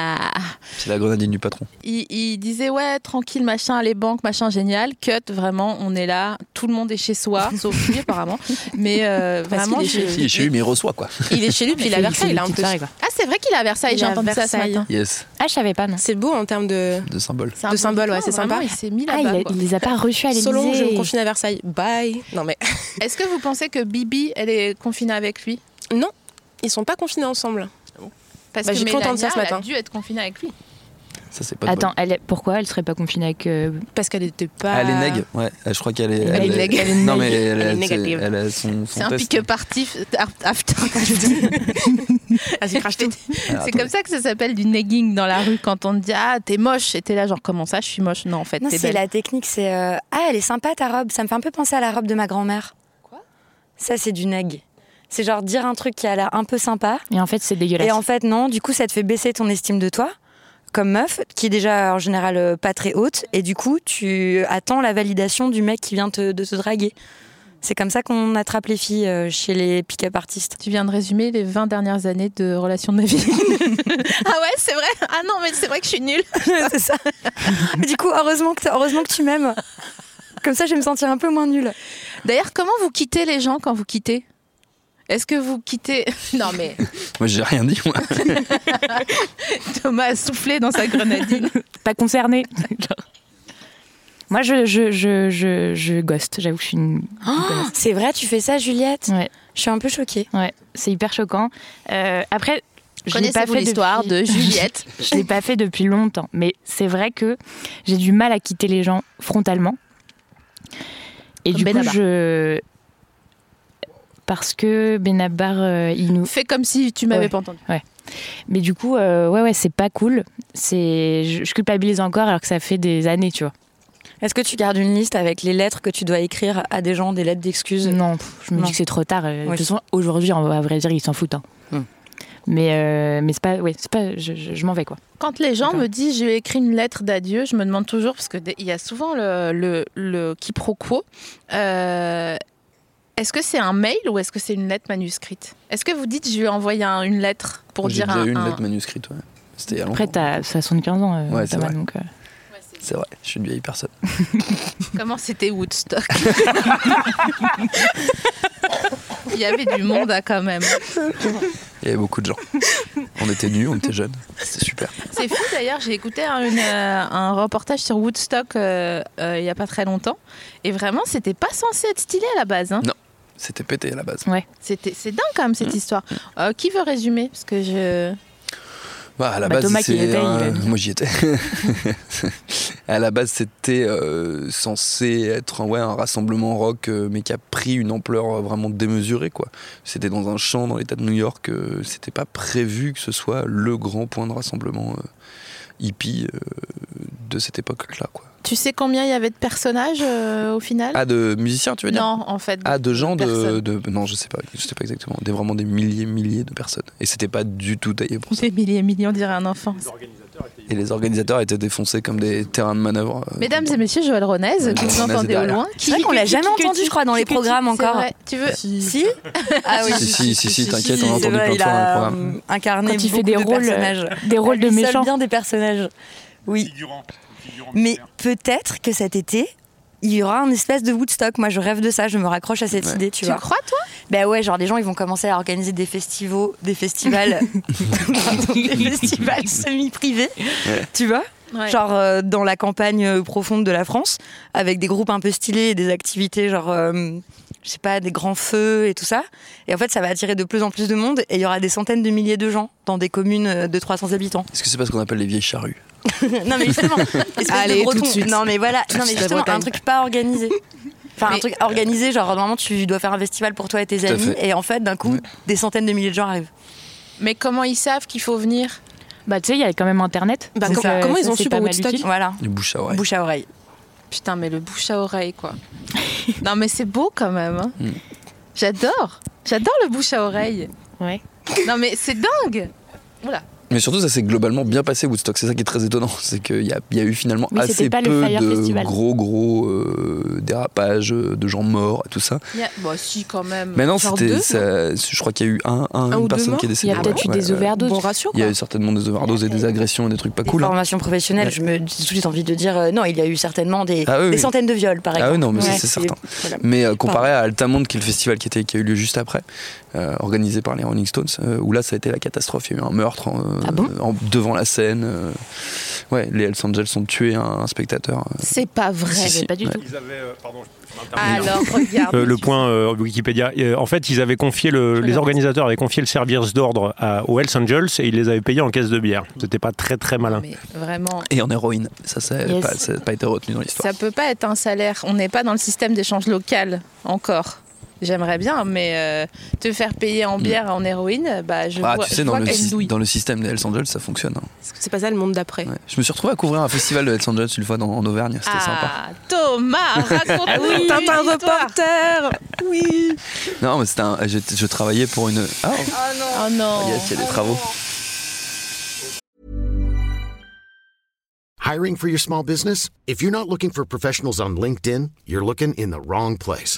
Speaker 2: C'est la grenadine du patron.
Speaker 1: Il, il disait ouais tranquille machin les banques machin génial cut vraiment on est là tout le monde est chez soi sauf lui apparemment mais euh, vraiment
Speaker 5: qu'il est
Speaker 1: je-
Speaker 2: Si, il est chez lui, mais il reçoit, quoi.
Speaker 1: il est chez lui, puis il est à Versailles là, en plus.
Speaker 5: Soirée, quoi.
Speaker 1: ah c'est vrai qu'il est à Versailles
Speaker 4: Il
Speaker 1: j'ai
Speaker 4: est à
Speaker 1: entendu ça ce
Speaker 4: Versailles.
Speaker 1: matin
Speaker 2: Yes,
Speaker 5: Ah, je savais pas, non.
Speaker 4: c'est beau en termes de.
Speaker 2: de symbole.
Speaker 1: C'est un
Speaker 4: De symbole,
Speaker 1: bon
Speaker 4: ouais, c'est
Speaker 1: plan,
Speaker 4: sympa.
Speaker 1: Oh, vraiment, il s'est mis
Speaker 5: Ah, il,
Speaker 1: là-bas,
Speaker 5: a-
Speaker 1: quoi.
Speaker 5: il les a pas reçus à l'Élysée.
Speaker 4: Solon, je me confine à Versailles. Bye. Non, mais
Speaker 1: Est-ce que vous pensez que Bibi, elle est confinée avec lui
Speaker 4: ils sont pas confinés ensemble.
Speaker 1: Parce
Speaker 4: Bah,
Speaker 1: que
Speaker 4: j'ai cru
Speaker 1: Mélania,
Speaker 4: entendre ça ce
Speaker 1: elle a
Speaker 4: matin.
Speaker 1: dû être confinée avec lui.
Speaker 2: Ça, c'est pas de
Speaker 5: Attends, elle est- pourquoi elle serait pas confinée avec. euh,
Speaker 4: Parce qu'elle était
Speaker 2: bol.
Speaker 4: pas.
Speaker 2: Ah, Elle est neg, ouais. Elle, Je crois qu'elle est.
Speaker 4: euh, Elle est neg, elle est
Speaker 2: Non, mais
Speaker 4: neg,
Speaker 2: elle,
Speaker 4: elle
Speaker 2: a-
Speaker 4: est négative.
Speaker 2: elle a son, son
Speaker 1: C'est un
Speaker 2: test.
Speaker 1: pique partif after.
Speaker 4: Ah, c'est crash
Speaker 2: Alors,
Speaker 1: C'est
Speaker 2: attends,
Speaker 1: comme ça que ça s'appelle du negging dans la rue quand on te dit ah t'es moche et t'es là genre comment ça je suis moche non en fait
Speaker 3: Non,
Speaker 1: t'es
Speaker 3: c'est
Speaker 1: belle.
Speaker 3: la technique, c'est. euh, Ah, elle est sympa ta robe, ça me fait un peu penser à la robe de ma grand-mère.
Speaker 1: Quoi
Speaker 3: Ça, c'est du neg. C'est genre dire un truc qui a l'air un peu sympa.
Speaker 5: Et en fait, c'est dégueulasse.
Speaker 3: Et en fait, non, du coup, ça te fait baisser ton estime de toi, comme meuf, qui est déjà en général euh, pas très haute, et du coup, tu attends la validation du mec qui vient te- de te draguer. C'est comme ça qu'on attrape les filles euh, chez les pick-up artistes.
Speaker 1: Tu viens de résumer les 20 dernières années de relation de ma vie. ah ouais c'est vrai ah non mais c'est vrai que je suis nulle.
Speaker 3: c'est ça. Mais du coup, heureusement que, heureusement que tu m'aimes. Comme ça, je vais me sentir un peu moins nulle.
Speaker 1: D'ailleurs, comment vous quittez les gens quand vous quittez Est-ce que vous quittez Non mais
Speaker 2: Moi, j'ai rien dit, moi.
Speaker 1: Thomas a soufflé dans sa grenadine.
Speaker 5: pas concernée. Genre. Moi, je, je, je, je, je ghost. J'avoue que je suis une.
Speaker 3: C'est vrai, tu fais ça, Juliette
Speaker 5: Ouais.
Speaker 3: Je suis un peu choquée.
Speaker 5: Ouais, c'est hyper choquant. Euh, après, je l'ai pas
Speaker 1: Connaissez-vous
Speaker 5: fait
Speaker 1: l'histoire
Speaker 5: depuis-
Speaker 1: de Juliette
Speaker 5: Je l'ai pas fait depuis longtemps, mais c'est vrai que j'ai du mal à quitter les gens frontalement. Et
Speaker 1: Comme
Speaker 5: du coup,
Speaker 1: Benabar.
Speaker 5: je parce que Benabar, euh, il nous.
Speaker 1: Fais comme si tu m'avais
Speaker 5: Ouais.
Speaker 1: pas entendu.
Speaker 5: Mais du coup, euh, ouais, ouais, c'est pas cool. C'est, je, je culpabilise encore alors que ça fait des années, tu vois.
Speaker 3: Est-ce que tu gardes une liste avec les lettres que tu dois écrire à des gens, des lettres d'excuses
Speaker 5: Non, pff, je me
Speaker 3: Non.
Speaker 5: dis que c'est trop tard. Euh, De
Speaker 3: Ouais.
Speaker 5: toute façon, aujourd'hui, on va- à vrai dire, ils s'en foutent. hein.
Speaker 3: Hmm.
Speaker 5: Mais euh, mais c'est pas, ouais, c'est pas, je, je- je m'en vais quoi.
Speaker 1: Quand les gens
Speaker 5: D'accord.
Speaker 1: me disent j'ai écrit une lettre d'adieu, je me demande toujours parce que des- il y a souvent le, le, le quiproquo. euh, est-ce que c'est un mail ou est-ce que c'est une lettre manuscrite Est-ce que vous dites je lui ai envoyé un- une lettre pour
Speaker 2: J'ai
Speaker 1: dire
Speaker 2: déjà
Speaker 1: un,
Speaker 2: eu une
Speaker 1: un-
Speaker 2: lettre manuscrite, ouais. C'était il y a
Speaker 5: Après,
Speaker 2: longtemps.
Speaker 5: t'as 75 ans, euh,
Speaker 2: Ah Ouais,
Speaker 5: pas
Speaker 2: c'est
Speaker 5: mal,
Speaker 2: vrai.
Speaker 5: donc. euh,
Speaker 2: C'est vrai, je suis une vieille personne.
Speaker 1: Comment c'était Woodstock Il y avait du monde hein, quand même.
Speaker 2: Il y avait beaucoup de gens. On était nus, on était jeunes. C'était super.
Speaker 1: C'est fou d'ailleurs, j'ai écouté un, une, euh, un reportage sur Woodstock euh, euh, il n'y a pas très longtemps. Et vraiment, c'était pas censé être stylé à la base. hein.
Speaker 2: Non. C'était pété à la base.
Speaker 1: C'était, c'est dingue quand même cette histoire. Euh, qui veut résumer Parce que je.
Speaker 2: Bah, à la
Speaker 5: Bah,
Speaker 2: base,
Speaker 5: Thomas qui y
Speaker 2: c'est
Speaker 5: était, il a dit.
Speaker 2: Moi, j'y étais. à la base, c'était euh, censé être ouais, un rassemblement rock, euh, mais qui a pris une ampleur euh, vraiment démesurée. quoi. C'était dans un champ dans l'État de New York. euh, c'était pas prévu que ce soit le grand point de rassemblement euh, hippie euh, de cette époque-là. quoi.
Speaker 1: Tu sais combien il y avait de personnages euh, au final
Speaker 2: Ah, de musiciens, tu veux dire
Speaker 1: Non, en fait.
Speaker 2: Ah, de gens de,
Speaker 1: personnes.
Speaker 2: de- Non, je sais pas, je sais pas exactement. Des, vraiment des milliers, milliers de personnes. Et c'était pas du tout taillé pour ça.
Speaker 1: Des milliers et millions, dirait un enfant.
Speaker 2: Et les organisateurs étaient défoncés comme des terrains de manœuvre. euh,
Speaker 1: Mesdames et messieurs, Joël Ronez, que vous
Speaker 2: Ronez est
Speaker 1: entendez au
Speaker 2: derrière.
Speaker 1: loin.
Speaker 3: C'est vrai qu'on l'a jamais entendu, je crois, dans les programmes
Speaker 1: C'est
Speaker 3: encore.
Speaker 1: vrai. Tu veux
Speaker 3: Si Ah oui.
Speaker 2: Si, si, si, si, t'inquiète, on a
Speaker 3: c'est
Speaker 2: entendu
Speaker 3: vrai,
Speaker 2: plein de
Speaker 3: il
Speaker 2: fois dans le
Speaker 3: a,
Speaker 2: programme.
Speaker 3: euh, incarné
Speaker 5: Quand il fait
Speaker 3: beaucoup
Speaker 5: des
Speaker 3: de
Speaker 5: rôles, euh,
Speaker 3: personnages.
Speaker 5: des rôles de
Speaker 3: Il isole
Speaker 5: méchants.
Speaker 3: bien des personnages. Oui. Mais peut-être que cet été, il y aura un espèce de Woodstock. Moi, je rêve de ça. Je me raccroche à cette
Speaker 2: Ouais.
Speaker 3: idée, tu,
Speaker 1: Tu
Speaker 3: vois.
Speaker 1: crois, toi
Speaker 3: Ben ouais, genre les gens, ils vont commencer à organiser des festivals, des festivals, pardon, des festivals semi-privés, tu vois. Genre euh, dans la campagne euh, profonde de la France, avec des groupes un peu stylés et des activités genre, euh, je sais pas, des grands feux et tout ça. Et en fait, ça va attirer de plus en plus de monde et il y aura des centaines de milliers de gens dans des communes euh, de 300 habitants.
Speaker 2: Est-ce que c'est parce qu'on appelle les vieilles charrues
Speaker 3: non mais justement, espèce
Speaker 4: Allez,
Speaker 3: de
Speaker 4: tout
Speaker 3: breton.
Speaker 4: de suite.
Speaker 3: Non mais voilà,
Speaker 4: Tout de
Speaker 3: non mais
Speaker 4: suite, la
Speaker 3: justement, un
Speaker 4: Bretagne.
Speaker 3: truc pas organisé. Enfin, un
Speaker 1: Mais-
Speaker 3: truc organisé, genre normalement tu dois faire un festival pour toi et tes
Speaker 2: à
Speaker 3: amis,
Speaker 2: fait.
Speaker 3: et en fait d'un coup
Speaker 2: Ouais.
Speaker 3: des centaines de milliers de gens arrivent.
Speaker 1: Mais comment ils savent qu'il faut venir
Speaker 5: Bah, tu sais, il y a quand même Internet.
Speaker 4: Bah,
Speaker 5: Donc, euh,
Speaker 4: com- comment ils ont
Speaker 5: c'est
Speaker 4: su
Speaker 5: pas
Speaker 4: pour
Speaker 5: mal
Speaker 4: Woodstock
Speaker 5: utile.
Speaker 3: Voilà,
Speaker 2: Les bouches à oreille.
Speaker 3: bouche à oreille.
Speaker 1: Putain, mais le bouche à oreille, quoi. non, mais c'est beau quand même. hein.
Speaker 2: Mm.
Speaker 1: J'adore. J'adore le bouche à oreille.
Speaker 5: Ouais.
Speaker 1: Non, mais c'est dingue.
Speaker 2: Mais surtout, ça s'est globalement bien passé Woodstock. C'est ça qui est très étonnant. C'est qu'il y a, il y a eu finalement
Speaker 5: Oui, c'était
Speaker 2: assez
Speaker 5: pas le
Speaker 2: peu
Speaker 5: Fire
Speaker 2: de
Speaker 5: Festival.
Speaker 2: gros, gros euh, dérapages, euh, de gens morts et tout ça.
Speaker 1: Il y a- Bah, si, quand même.
Speaker 2: Mais non,
Speaker 1: Genre
Speaker 2: c'était.
Speaker 1: deux,
Speaker 2: ça- Je crois qu'il y a eu un, un-
Speaker 4: Un ou
Speaker 2: une
Speaker 4: deux
Speaker 2: personne
Speaker 4: morts
Speaker 2: qui
Speaker 5: Il
Speaker 2: est
Speaker 5: y
Speaker 2: décédée.
Speaker 5: a peut-être
Speaker 2: ouais,
Speaker 5: eu
Speaker 2: ouais,
Speaker 5: des
Speaker 2: ouais.
Speaker 5: overdoses.
Speaker 4: Bon ratio,
Speaker 2: Il y
Speaker 4: quoi.
Speaker 2: a eu certainement des overdoses et des agressions et des trucs pas cool. hein.
Speaker 3: Formation professionnelle,
Speaker 2: Ouais.
Speaker 3: je me dis tout de suite envie de dire euh, non, il y a eu certainement des,
Speaker 2: Ah oui,
Speaker 3: des
Speaker 2: oui.
Speaker 3: centaines de viols par
Speaker 2: Ah
Speaker 3: exemple.
Speaker 2: oui, non, mais ça,
Speaker 3: Ouais,
Speaker 2: c'est
Speaker 3: c'est-
Speaker 2: certain.
Speaker 3: voilà.
Speaker 2: Mais euh, comparé à Altamont, qui est le festival qui, était, qui a eu lieu juste après, euh, organisé par les Rolling Stones, euh, où là, ça a été la catastrophe. Il y a eu un meurtre euh,
Speaker 3: Ah bon
Speaker 2: en- devant la scène. euh. ouais, les Hells Angels ont tué un, un spectateur. euh.
Speaker 1: C'est pas vrai.
Speaker 2: Si, si,
Speaker 5: pas du
Speaker 2: ouais.
Speaker 5: tout.
Speaker 8: Ils avaient, euh, pardon, je- je m'interromps.
Speaker 1: Alors, regarde.
Speaker 8: Euh, le point euh, Wikipédia. Euh, en fait, ils avaient confié le, Euh, les organisateurs avaient confié le service d'ordre à- aux Hells Angels et ils les avaient payés en caisse de bière. C'était pas très très malin.
Speaker 1: Mais vraiment.
Speaker 2: Et en héroïne. Ça, ça n'a
Speaker 5: Yes.
Speaker 2: pas, ça a pas été retenu dans l'histoire.
Speaker 1: Ça peut pas être un salaire. On n'est pas dans le système d'échange local encore. J'aimerais bien, mais euh, te faire payer en bière, en héroïne, bah je
Speaker 2: Mm. Ah,
Speaker 1: vois,
Speaker 2: tu
Speaker 1: je
Speaker 2: sais, dans
Speaker 1: vois
Speaker 2: le,
Speaker 1: qu'elle
Speaker 2: sy-
Speaker 1: douille.
Speaker 2: dans le système des Hells Angels, ça fonctionne. hein.
Speaker 4: C'est pas ça le monde d'après.
Speaker 2: Ouais. Je me suis retrouvé à couvrir un festival de Hells Angels une fois dans- en Auvergne. C'était
Speaker 1: Ah,
Speaker 2: sympa. Ah
Speaker 1: Thomas, raconte-nous une
Speaker 4: Tintin
Speaker 1: histoire.
Speaker 4: reporter Oui
Speaker 2: Non, mais c'était un- je, je travaillais pour une. Ah,
Speaker 1: Oh non.
Speaker 2: yes, il y a des travaux.
Speaker 9: Hiring for your small business? If you're not looking for professionals on LinkedIn, you're looking in the wrong place.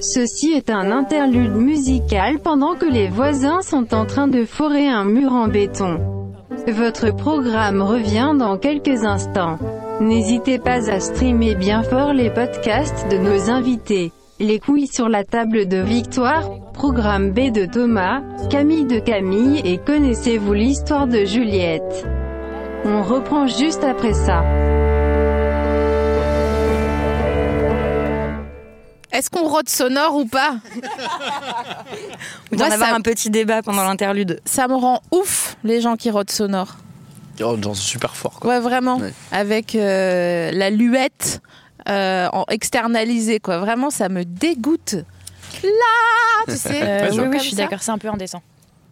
Speaker 10: Ceci est un interlude musical pendant que les voisins sont en train de forer un mur en béton. Votre programme revient dans quelques instants. N'hésitez pas à streamer bien fort les podcasts de nos invités. Les couilles sur la table de Victoire, programme B de Thomas, Camille de Camille et connaissez-vous l'histoire de Juliette On reprend juste après ça.
Speaker 1: Est-ce qu'on rôde sonore ou pas
Speaker 3: Ou d'en
Speaker 1: Moi,
Speaker 3: avoir
Speaker 1: ça-
Speaker 3: un petit débat pendant l'interlude.
Speaker 1: Ça me rend ouf les gens qui rôdent sonore.
Speaker 2: Oh, genre super fort. Quoi.
Speaker 1: Ouais, vraiment.
Speaker 2: Ouais.
Speaker 1: Avec euh, la luette euh, en externalisée, quoi. Vraiment, ça me dégoûte. Là, tu sais.
Speaker 5: Euh,
Speaker 1: ils sont
Speaker 5: oui, oui,
Speaker 1: comme
Speaker 5: je suis
Speaker 1: ça.
Speaker 5: d'accord, c'est un peu indécent.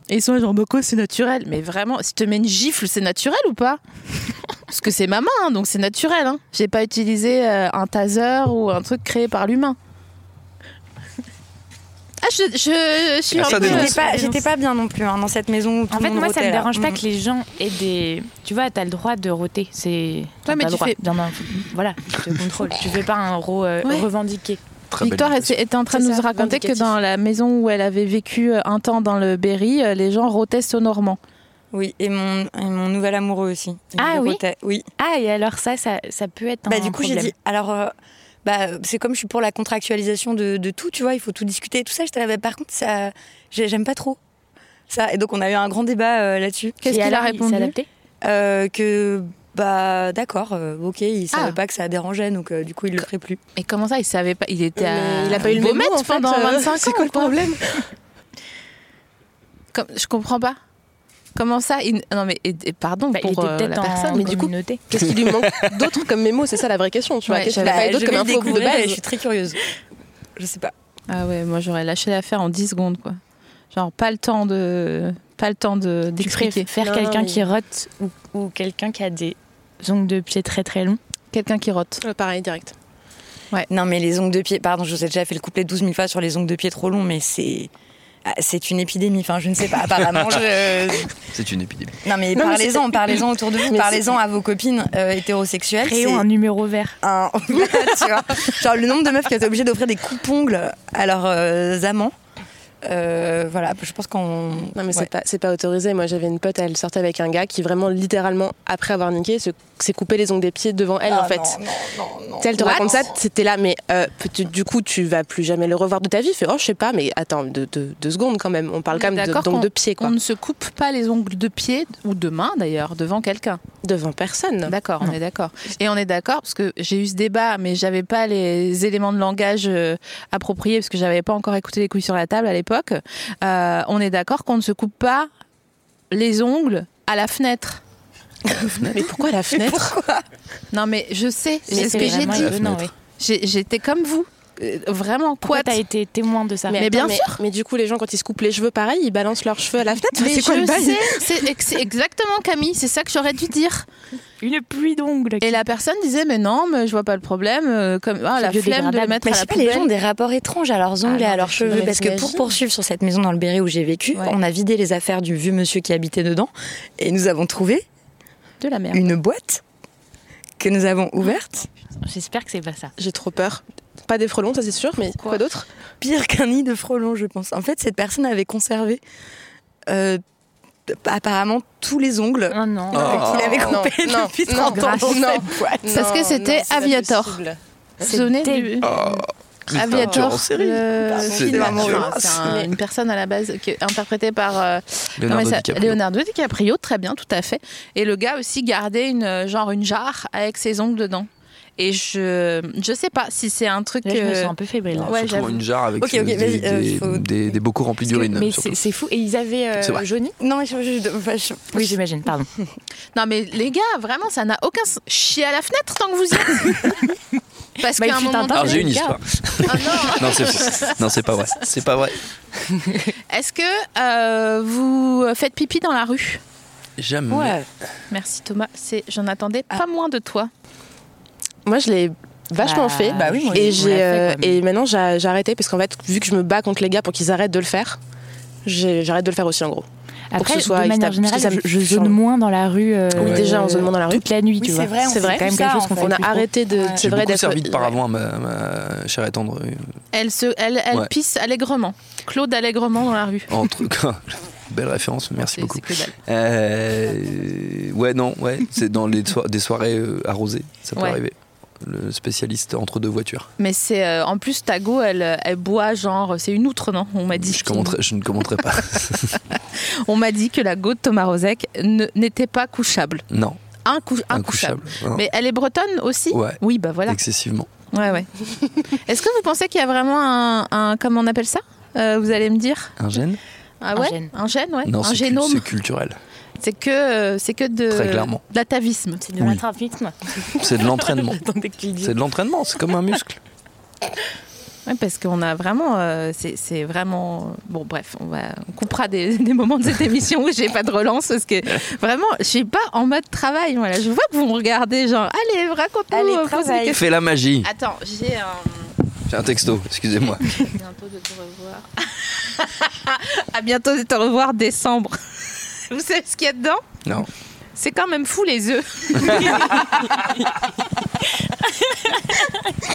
Speaker 1: Et ils sont là, genre, bah quoi, c'est naturel. Mais vraiment, si tu te mets une gifle, c'est naturel ou pas Parce que c'est ma main, hein, donc c'est naturel. Hein. J'ai pas utilisé euh, un taser ou un truc créé par l'humain. Ah, je, je, je suis
Speaker 2: Ah, ça
Speaker 1: un peu...
Speaker 2: dénonce.
Speaker 3: J'étais pas, j'étais pas bien non plus hein, dans cette maison. Où tout
Speaker 5: En
Speaker 3: le
Speaker 5: fait,
Speaker 3: monde
Speaker 5: moi, ça
Speaker 3: rotait,
Speaker 5: me
Speaker 3: là.
Speaker 5: dérange pas
Speaker 3: Mhm.
Speaker 5: que les gens aient des. Tu vois, t'as le droit de roter. C'est. t'as
Speaker 1: mais
Speaker 5: le
Speaker 1: tu
Speaker 5: droit.
Speaker 1: fais-
Speaker 5: Bien, bien, voilà, tu te contrôles. Tu fais pas un rot euh,
Speaker 1: Ouais.
Speaker 5: revendiqué.
Speaker 2: Très belle
Speaker 1: Victoire
Speaker 2: imitation.
Speaker 1: était était en train de
Speaker 5: C'est
Speaker 1: nous
Speaker 5: ça,
Speaker 1: raconter que
Speaker 5: vindicatif.
Speaker 1: dans la maison où elle avait vécu euh, un temps dans le Berry, euh, les gens rôtaient sonorement.
Speaker 3: Oui, et mon, et mon nouvel amoureux aussi. Il
Speaker 5: Ah
Speaker 3: le
Speaker 5: oui
Speaker 3: rotait, Oui.
Speaker 5: Ah, et alors ça, ça, ça peut être
Speaker 3: Bah,
Speaker 5: un
Speaker 3: du coup, j'ai
Speaker 5: problème.
Speaker 3: dit, alors, euh, bah, c'est comme je suis pour la contractualisation de, de tout, tu vois, il faut tout discuter et tout ça. J'étais là, bah, par contre, ça, j'ai- j'aime pas trop. Ça, et donc, on a eu un grand débat euh, là-dessus.
Speaker 1: Qu'est-ce
Speaker 5: Et
Speaker 1: qu'il a
Speaker 5: alors, il s'est
Speaker 1: répondu
Speaker 5: adapté
Speaker 3: Euh, que, bah, d'accord, euh, ok, il savait
Speaker 1: Ah.
Speaker 3: pas que ça dérangeait, donc euh, du coup, il le ferait plus.
Speaker 1: Mais comment ça, il savait pas Euh, Il était à
Speaker 4: Mais il a pas eu le mémo,
Speaker 1: Beaumet
Speaker 4: en fait,
Speaker 1: pendant
Speaker 4: euh,
Speaker 1: 25 ans.
Speaker 4: c'est quoi
Speaker 1: ou
Speaker 4: le
Speaker 1: pas
Speaker 4: problème
Speaker 1: Comme- Je comprends pas. Comment ça il- Non mais et- et pardon
Speaker 5: il
Speaker 1: pour
Speaker 5: était
Speaker 1: euh,
Speaker 5: peut-être
Speaker 1: la
Speaker 5: en
Speaker 1: personne, mais du coup,
Speaker 5: communauté.
Speaker 1: qu'est-ce qui lui manque
Speaker 4: D'autres comme mémo, c'est ça la vraie question. Tu vois,
Speaker 1: Ouais,
Speaker 4: qu'est-ce qu'il
Speaker 1: j'avais-
Speaker 3: Euh,
Speaker 4: a pas eu d'autre
Speaker 1: je
Speaker 4: comme
Speaker 1: vais
Speaker 4: info de
Speaker 1: découvrir,
Speaker 4: base
Speaker 1: je suis
Speaker 3: très curieuse. Je sais pas.
Speaker 1: Ah ouais, moi j'aurais lâché l'affaire en 10 secondes quoi. Genre pas le temps de pas le temps de d'expliquer.
Speaker 5: Faire quelqu'un qui rote ou, ou quelqu'un qui a des ongles de pied très très longs.
Speaker 1: Quelqu'un qui rote.
Speaker 4: pareil, direct.
Speaker 3: Ouais. Non, mais les ongles de pied, pardon, je vous ai déjà fait le couplet 12 000 fois sur les ongles de pied trop longs, mais c'est. ah, C'est une épidémie, enfin je ne sais pas, apparemment. je-
Speaker 2: C'est une épidémie.
Speaker 3: Non mais
Speaker 2: Non, mais
Speaker 3: parlez-en,
Speaker 2: c'est-
Speaker 3: parlez-en autour de vous,
Speaker 2: Mais
Speaker 3: parlez-en à vos copines euh, hétérosexuelles.
Speaker 5: Créons
Speaker 3: c'est
Speaker 5: un numéro vert.
Speaker 3: un- tu vois, genre le nombre de meufs qui étaient obligées d'offrir des coupes-ongles à leurs euh, amants. Euh, voilà, je pense qu'on.
Speaker 4: Non, mais
Speaker 3: ouais.
Speaker 4: c'est pas, c'est pas autorisé. Moi, j'avais une pote, elle sortait avec un gars qui, vraiment, littéralement, après avoir niqué, se- s'est coupé les ongles des pieds devant elle,
Speaker 3: Ah,
Speaker 4: en fait.
Speaker 3: non, non, non, non.
Speaker 4: Tu sais, elle te
Speaker 3: What
Speaker 4: raconte ça, c'était là, mais euh, peut- du coup, tu vas plus jamais le revoir de ta vie. Fait, oh, je sais pas, mais attends, deux, deux- deux secondes quand même. On parle quand
Speaker 1: On est
Speaker 4: même de-
Speaker 1: d'accord
Speaker 4: d'ongles
Speaker 1: qu'on-
Speaker 4: de pied, quoi.
Speaker 1: On ne se coupe pas les ongles de pied ou de main d'ailleurs devant quelqu'un.
Speaker 4: Devant personne.
Speaker 1: D'accord, on est d'accord. Et on est d'accord parce que j'ai eu ce débat, mais j'avais pas les éléments de langage euh, appropriés parce que j'avais pas encore écouté les couilles sur la table à l'époque. Euh, on est d'accord qu'on ne se coupe pas les ongles à la fenêtre.
Speaker 4: Mais pourquoi la fenêtre
Speaker 1: Non, mais je sais,
Speaker 5: Mais
Speaker 1: c'est ce
Speaker 5: c'est
Speaker 1: que j'ai
Speaker 5: vraiment
Speaker 1: dit.
Speaker 5: étonnant, oui.
Speaker 1: J'ai- J'étais comme vous, Euh, vraiment.
Speaker 5: Pourquoi
Speaker 1: Quoi
Speaker 5: t'as été témoin de ça
Speaker 1: Mais bien sûr.
Speaker 4: Mais du coup, les gens, quand ils se coupent les cheveux, pareil, ils balancent leurs cheveux à la fenêtre.
Speaker 1: Mais
Speaker 4: c'est quoi
Speaker 1: je
Speaker 4: le bail
Speaker 1: sais, c'est ex- c'est exactement Camille, c'est ça que j'aurais dû dire.
Speaker 5: Une pluie d'ongles.
Speaker 1: Et la personne disait mais non, mais je vois pas le problème, euh, comme ah, la flemme de le mettre
Speaker 3: Mais
Speaker 1: à
Speaker 3: je
Speaker 1: la
Speaker 3: sais pas, les gens ont
Speaker 1: poubelle.
Speaker 3: des rapports étranges à leurs ongles
Speaker 1: Ah
Speaker 3: et
Speaker 1: non,
Speaker 3: à leurs
Speaker 1: mais
Speaker 3: cheveux.
Speaker 1: non, mais
Speaker 3: Parce que pour
Speaker 1: t'imagines
Speaker 3: poursuivre sur cette maison dans le Berry où j'ai vécu, on a vidé les affaires du vieux monsieur qui habitait dedans et nous avons trouvé
Speaker 1: de la merde.
Speaker 3: une boîte que nous avons ouverte,
Speaker 5: J'espère que c'est pas ça.
Speaker 4: J'ai trop peur. Pas des frelons, ça c'est sûr, mais quoi, d'autre
Speaker 3: pire qu'un nid de frelons, je pense. En fait, cette personne avait conservé euh, apparemment tous les ongles
Speaker 5: Oh non.
Speaker 3: qu'il avait
Speaker 4: Non,
Speaker 3: coupés
Speaker 4: non,
Speaker 3: depuis
Speaker 4: non,
Speaker 3: 30 ans dans
Speaker 4: non.
Speaker 3: cette boîte.
Speaker 1: Parce que c'était Aviator. Vous vous souvenez du-
Speaker 2: Ah,
Speaker 1: Aviator, le
Speaker 2: Pardon,
Speaker 1: film,
Speaker 2: Ah, c'est
Speaker 1: enfin,
Speaker 2: dégueulasse.
Speaker 1: c'est un- une personne à la base qui est interprétée par euh,
Speaker 2: Leonardo
Speaker 1: non, mais ça-
Speaker 2: DiCaprio.
Speaker 1: Leonardo DiCaprio, très bien, tout à fait. Et le gars aussi gardait une euh, genre une jarre avec ses ongles dedans. Et je je sais pas si c'est un truc.
Speaker 5: Là, je me
Speaker 1: euh,
Speaker 5: sens un peu fébrile.
Speaker 2: Alors,
Speaker 1: ouais,
Speaker 2: Ah, surtout
Speaker 1: j'avoue.
Speaker 2: une jarre avec
Speaker 3: Ok,
Speaker 2: euh,
Speaker 3: ok, vas-y,
Speaker 2: des,
Speaker 3: euh,
Speaker 2: des-
Speaker 3: faut-
Speaker 2: des- des bocaux remplis d'urine.
Speaker 5: Mais
Speaker 2: surtout.
Speaker 5: c'est c'est fou. Et ils avaient
Speaker 2: C'est
Speaker 5: euh,
Speaker 2: vrai.
Speaker 5: jauni
Speaker 3: Non, mais je, je- je- enfin, je-
Speaker 5: Oui, j'imagine, pardon.
Speaker 1: Non mais les gars, vraiment, ça n'a aucun sens. Chier à la fenêtre tant que vous y êtes. Parce
Speaker 5: Bah, il
Speaker 1: qu'à un
Speaker 5: fut un
Speaker 1: moment
Speaker 5: temps.
Speaker 1: donné-
Speaker 2: Ah, j'ai une
Speaker 5: Regarde.
Speaker 2: histoire.
Speaker 1: Ah, non.
Speaker 2: Non, c'est non, c'est pas vrai. C'est pas vrai.
Speaker 1: Est-ce que euh, vous faites pipi dans la rue
Speaker 2: Jamais.
Speaker 1: Merci Thomas, c'est j'en attendais
Speaker 5: Ah.
Speaker 1: pas moins de toi.
Speaker 4: Moi, je l'ai vachement
Speaker 5: Bah,
Speaker 4: fait.
Speaker 3: bah oui, moi
Speaker 4: et
Speaker 5: aussi, on l'a
Speaker 4: j'ai
Speaker 5: fait,
Speaker 4: euh,
Speaker 5: quoi, mais-
Speaker 4: et maintenant j'ai j'ai arrêté parce qu'en fait, vu que je me bats contre les gars pour qu'ils arrêtent de le faire, j'ai- j'arrête de le faire aussi en gros. Pour que
Speaker 5: Après,
Speaker 4: ce soit
Speaker 5: de manière
Speaker 4: équitable, parce
Speaker 5: générale,
Speaker 4: que ça me
Speaker 5: je, je
Speaker 4: change.
Speaker 5: zone moins dans la rue. euh,
Speaker 4: Oui, déjà, on zone moins dans la rue.
Speaker 5: Toute la nuit, tu
Speaker 3: c'est
Speaker 5: vois.
Speaker 3: vrai, on
Speaker 4: c'est vrai.
Speaker 5: quand même quelque chose qu'on fait
Speaker 4: On a
Speaker 5: plus trop.
Speaker 4: arrêté de. C'est
Speaker 2: J'ai
Speaker 4: vrai
Speaker 2: beaucoup
Speaker 4: d'être.
Speaker 2: servi de paravent à ma, ma chère et tendre. euh,
Speaker 1: Elle se elle, elle
Speaker 2: Ouais.
Speaker 1: pisse allègrement. Claude allègrement dans la rue.
Speaker 2: Entre... Belle référence, merci
Speaker 1: C'est-
Speaker 2: beaucoup.
Speaker 1: c'est que dalle.
Speaker 2: Euh, ouais, non, ouais. C'est dans les so- des soirées euh, arrosées, ça peut
Speaker 1: Ouais.
Speaker 2: arriver. Le spécialiste entre deux voitures.
Speaker 1: Mais c'est euh, en plus Tago, elle, elle boit genre c'est une outre non On m'a dit.
Speaker 2: Je, commenterai- je ne commenterai pas.
Speaker 1: On m'a dit que la go de Thomas Rozek ne- n'était pas couchable.
Speaker 2: non,
Speaker 1: Incou-
Speaker 2: incouchable.
Speaker 1: incouchable.
Speaker 2: Non,
Speaker 1: Mais elle est bretonne aussi
Speaker 2: Ouais.
Speaker 1: Oui, bah voilà.
Speaker 2: Excessivement.
Speaker 1: Ouais, ouais. Est-ce que vous pensez qu'il y a vraiment un, un- comment on appelle ça Euh, Vous allez me dire
Speaker 2: Un gène
Speaker 1: Ah
Speaker 5: Un
Speaker 1: ouais
Speaker 5: gène.
Speaker 1: Un gène, ouais.
Speaker 2: Non,
Speaker 1: un
Speaker 2: c'est cul-
Speaker 1: génome.
Speaker 2: c'est culturel.
Speaker 1: C'est que euh, c'est que de
Speaker 2: Très clairement.
Speaker 1: d'atavisme.
Speaker 5: C'est de
Speaker 2: Oui.
Speaker 5: l'intravisme.
Speaker 2: C'est de l'entraînement.
Speaker 5: Attendez que tu le dises.
Speaker 2: C'est de l'entraînement, c'est comme un muscle.
Speaker 1: Ouais, parce qu'on a vraiment, euh, c'est c'est vraiment bon. Bref, on va, on coupera des, des moments de cette émission où j'ai pas de relance parce que vraiment, je suis pas en mode travail. Voilà, je vois que vous me regardez genre, allez, raconte-nous.
Speaker 3: Allez,
Speaker 1: euh, posez des
Speaker 3: travaille.
Speaker 1: questions.
Speaker 2: Fais la magie.
Speaker 1: Attends, j'ai un
Speaker 2: J'ai un texto, excusez-moi.
Speaker 1: bientôt de te revoir. à bientôt de te revoir décembre. Vous savez ce qu'il y a dedans
Speaker 2: Non.
Speaker 1: C'est quand même fou les œufs.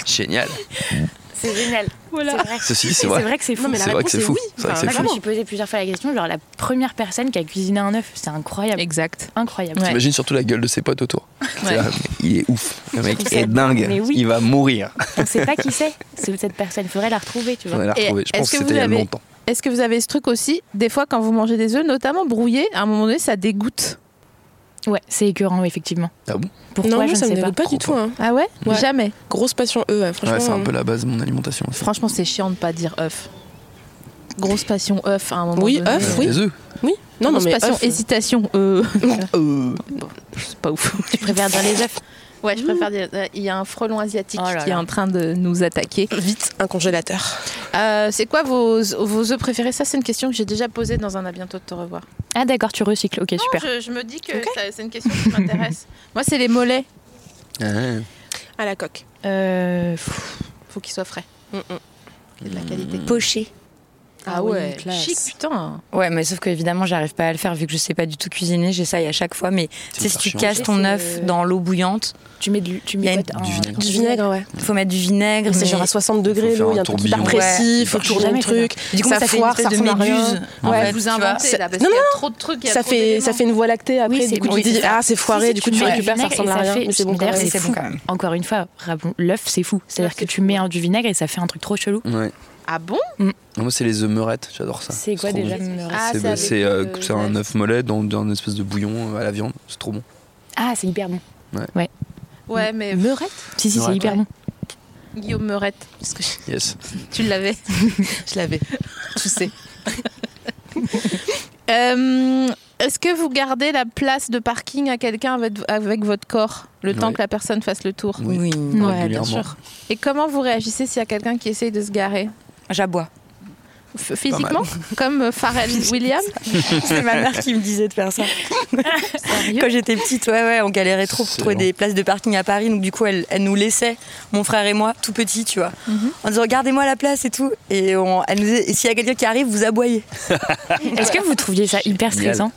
Speaker 2: Génial.
Speaker 5: C'est génial.
Speaker 1: Voilà.
Speaker 5: C'est vrai.
Speaker 2: Ceci, c'est
Speaker 5: C'est
Speaker 2: vrai.
Speaker 5: vrai que c'est fou.
Speaker 4: Non, mais la
Speaker 2: C'est vrai
Speaker 4: réponse
Speaker 2: que c'est
Speaker 4: est
Speaker 2: fou.
Speaker 4: oui.
Speaker 2: C'est vrai que
Speaker 4: Enfin,
Speaker 2: c'est
Speaker 5: Moi, je me
Speaker 2: fou.
Speaker 5: suis posé plusieurs fois la question, genre la première personne qui a cuisiné un œuf, c'est incroyable.
Speaker 1: Exact.
Speaker 5: Incroyable.
Speaker 1: Ouais.
Speaker 2: T'imagines surtout la gueule de ses potes autour. C'est là, mais Il est ouf. Le mec
Speaker 5: Surtout
Speaker 2: est
Speaker 5: ça.
Speaker 2: dingue.
Speaker 5: Mais oui.
Speaker 2: Il va mourir.
Speaker 5: On sait pas qui c'est, c'est cette personne. Faudrait la retrouver, tu
Speaker 2: On
Speaker 5: vois.
Speaker 2: l'a
Speaker 1: Et
Speaker 2: retrouvé. Je pense
Speaker 1: est-ce
Speaker 2: que
Speaker 1: que
Speaker 2: c'était
Speaker 1: vous
Speaker 2: il y a
Speaker 1: avez-
Speaker 2: longtemps.
Speaker 1: Est-ce que vous avez ce truc aussi Des fois, quand vous mangez des œufs, notamment brouillés, à un moment donné, ça dégoûte.
Speaker 5: Ouais, c'est écœurant, effectivement.
Speaker 2: Ah bon
Speaker 5: Pourquoi
Speaker 4: Non, moi,
Speaker 5: je
Speaker 4: ça
Speaker 5: ne
Speaker 4: me
Speaker 5: sais pas.
Speaker 4: dégoûte pas du tout. hein.
Speaker 1: Ah ouais,
Speaker 4: Ouais.
Speaker 1: Jamais.
Speaker 4: Grosse passion eux, hein, franchement.
Speaker 2: Ouais, c'est un
Speaker 1: euh,
Speaker 2: peu la base de mon alimentation. aussi.
Speaker 1: Franchement, c'est chiant de pas dire œuf. Grosse passion œuf à un moment
Speaker 4: Oui,
Speaker 1: donné.
Speaker 4: œuf.
Speaker 2: Euh, Les œufs.
Speaker 4: hein. Oui. Non, non, mais
Speaker 1: Transpiration,
Speaker 4: œuf.
Speaker 1: hésitation. Euh...
Speaker 4: Euh,
Speaker 1: c'est pas ouf. Tu préfères dire les œufs Ouais, je préfère dire. euh, Il y a un frelon asiatique qui est en train de nous attaquer.
Speaker 4: Vite, un congélateur.
Speaker 1: Euh, c'est quoi vos, vos œufs préférés Ça, c'est une question que j'ai déjà posée dans un à bientôt de te revoir.
Speaker 5: Ah d'accord, tu recycles. Ok, super.
Speaker 1: Je, je me dis que ça- c'est une question qui m'intéresse. Moi, c'est les mollets.
Speaker 5: Ah.
Speaker 4: À la coque.
Speaker 1: Euh, pff, faut qu'ils soient frais. Et de la qualité.
Speaker 3: Poché.
Speaker 1: Ah
Speaker 3: oui,
Speaker 1: ouais,
Speaker 3: classe.
Speaker 1: chic, putain.
Speaker 3: Ouais, mais sauf que évidemment, j'arrive pas à le faire vu que je sais pas du tout cuisiner. J'essaye à chaque fois, mais tu sais, si
Speaker 5: hyper
Speaker 3: tu
Speaker 5: chiant.
Speaker 3: casses ton
Speaker 5: C'est-
Speaker 3: œuf dans l'eau bouillante,
Speaker 5: tu mets du, tu
Speaker 3: mets
Speaker 5: Du vinaigre.
Speaker 4: Du vinaigre, ouais.
Speaker 3: faut mettre du vinaigre.
Speaker 4: C'est
Speaker 3: mais-
Speaker 4: genre à 60 degrés
Speaker 3: faire
Speaker 4: l'eau, il y
Speaker 3: un
Speaker 4: a un truc hyper
Speaker 3: tourbillon.
Speaker 4: précis,
Speaker 3: Ouais,
Speaker 4: faut
Speaker 3: il
Speaker 4: tourner
Speaker 3: marche
Speaker 4: le
Speaker 3: jamais,
Speaker 4: truc.
Speaker 3: ça. Du coup, ça fait une
Speaker 4: foire,
Speaker 3: espèce de
Speaker 4: ressemble à rien.
Speaker 3: méduse. En fait,
Speaker 1: vous
Speaker 3: tu vois.
Speaker 1: inventez là, parce
Speaker 4: Non,
Speaker 1: qu'il y a
Speaker 4: non,
Speaker 1: trop de trucs. il y a
Speaker 4: ça
Speaker 1: trop
Speaker 4: fait,
Speaker 1: d'éléments.
Speaker 4: ça fait une voie lactée après,
Speaker 5: Oui, c'est
Speaker 4: du coup tu
Speaker 5: oui,
Speaker 4: te dis
Speaker 5: c'est ça.
Speaker 4: ah c'est foiré,
Speaker 5: Si,
Speaker 4: du coup
Speaker 5: si,
Speaker 4: tu
Speaker 5: mets
Speaker 4: récupères,
Speaker 5: du
Speaker 4: ça ressemble à
Speaker 5: vinaigre
Speaker 4: rien,
Speaker 5: et ça fait-
Speaker 4: mais c'est bon quand
Speaker 5: d'ailleurs,
Speaker 4: même.
Speaker 5: c'est fou. Encore une fois, rappelons- l'œuf c'est fou. C'est-à-dire que tu mets un- du vinaigre et ça fait un truc trop chelou.
Speaker 2: Ouais.
Speaker 1: Ah bon
Speaker 2: Non, Moi, c'est les œufs meurettes, j'adore ça.
Speaker 5: C'est quoi
Speaker 2: trop
Speaker 5: déjà
Speaker 2: bon.
Speaker 5: le meurette
Speaker 2: C'est-
Speaker 5: Ah, c'est
Speaker 2: bah,
Speaker 5: avec
Speaker 2: C'est euh,
Speaker 5: le-
Speaker 2: c'est un œuf mollet dans, dans une espèce de bouillon euh, à la viande, c'est trop bon.
Speaker 5: Ah, c'est hyper bon.
Speaker 2: Ouais.
Speaker 5: Ouais.
Speaker 1: Ouais, mais.
Speaker 4: Mmh.
Speaker 1: Meurette
Speaker 5: Si si, c'est
Speaker 2: Meurette,
Speaker 5: hyper
Speaker 2: ouais.
Speaker 5: bon.
Speaker 1: Guillaume Meurette. Parce que
Speaker 2: Yes.
Speaker 1: tu l'avais.
Speaker 4: Je l'avais.
Speaker 1: tu sais. Euh, Est-ce que vous gardez la place de parking à quelqu'un avec, avec votre corps le temps
Speaker 2: Ouais. Mmh.
Speaker 1: que la personne fasse le tour
Speaker 2: Oui. Oui.
Speaker 1: ouais, bien
Speaker 2: Régulièrement.
Speaker 1: sûr. Et comment vous réagissez s'il y a quelqu'un qui essaye de se garer
Speaker 3: J'aboie.
Speaker 1: F- Physiquement Comme euh, Pharrell Williams
Speaker 3: C'est ma mère qui me disait de faire ça. Quand j'étais petite, ouais, ouais, on galérait trop pour trouver
Speaker 1: Excellent.
Speaker 3: des places de parking à Paris. Donc, du coup, elle, elle nous laissait, mon frère et moi, tout petits, tu vois, en disant Regardez-moi la place et tout. Et on, elle nous disait Et s'il y a quelqu'un qui arrive, vous aboyez.
Speaker 5: Est-ce que vous trouviez ça hyper
Speaker 3: Génial.
Speaker 5: stressant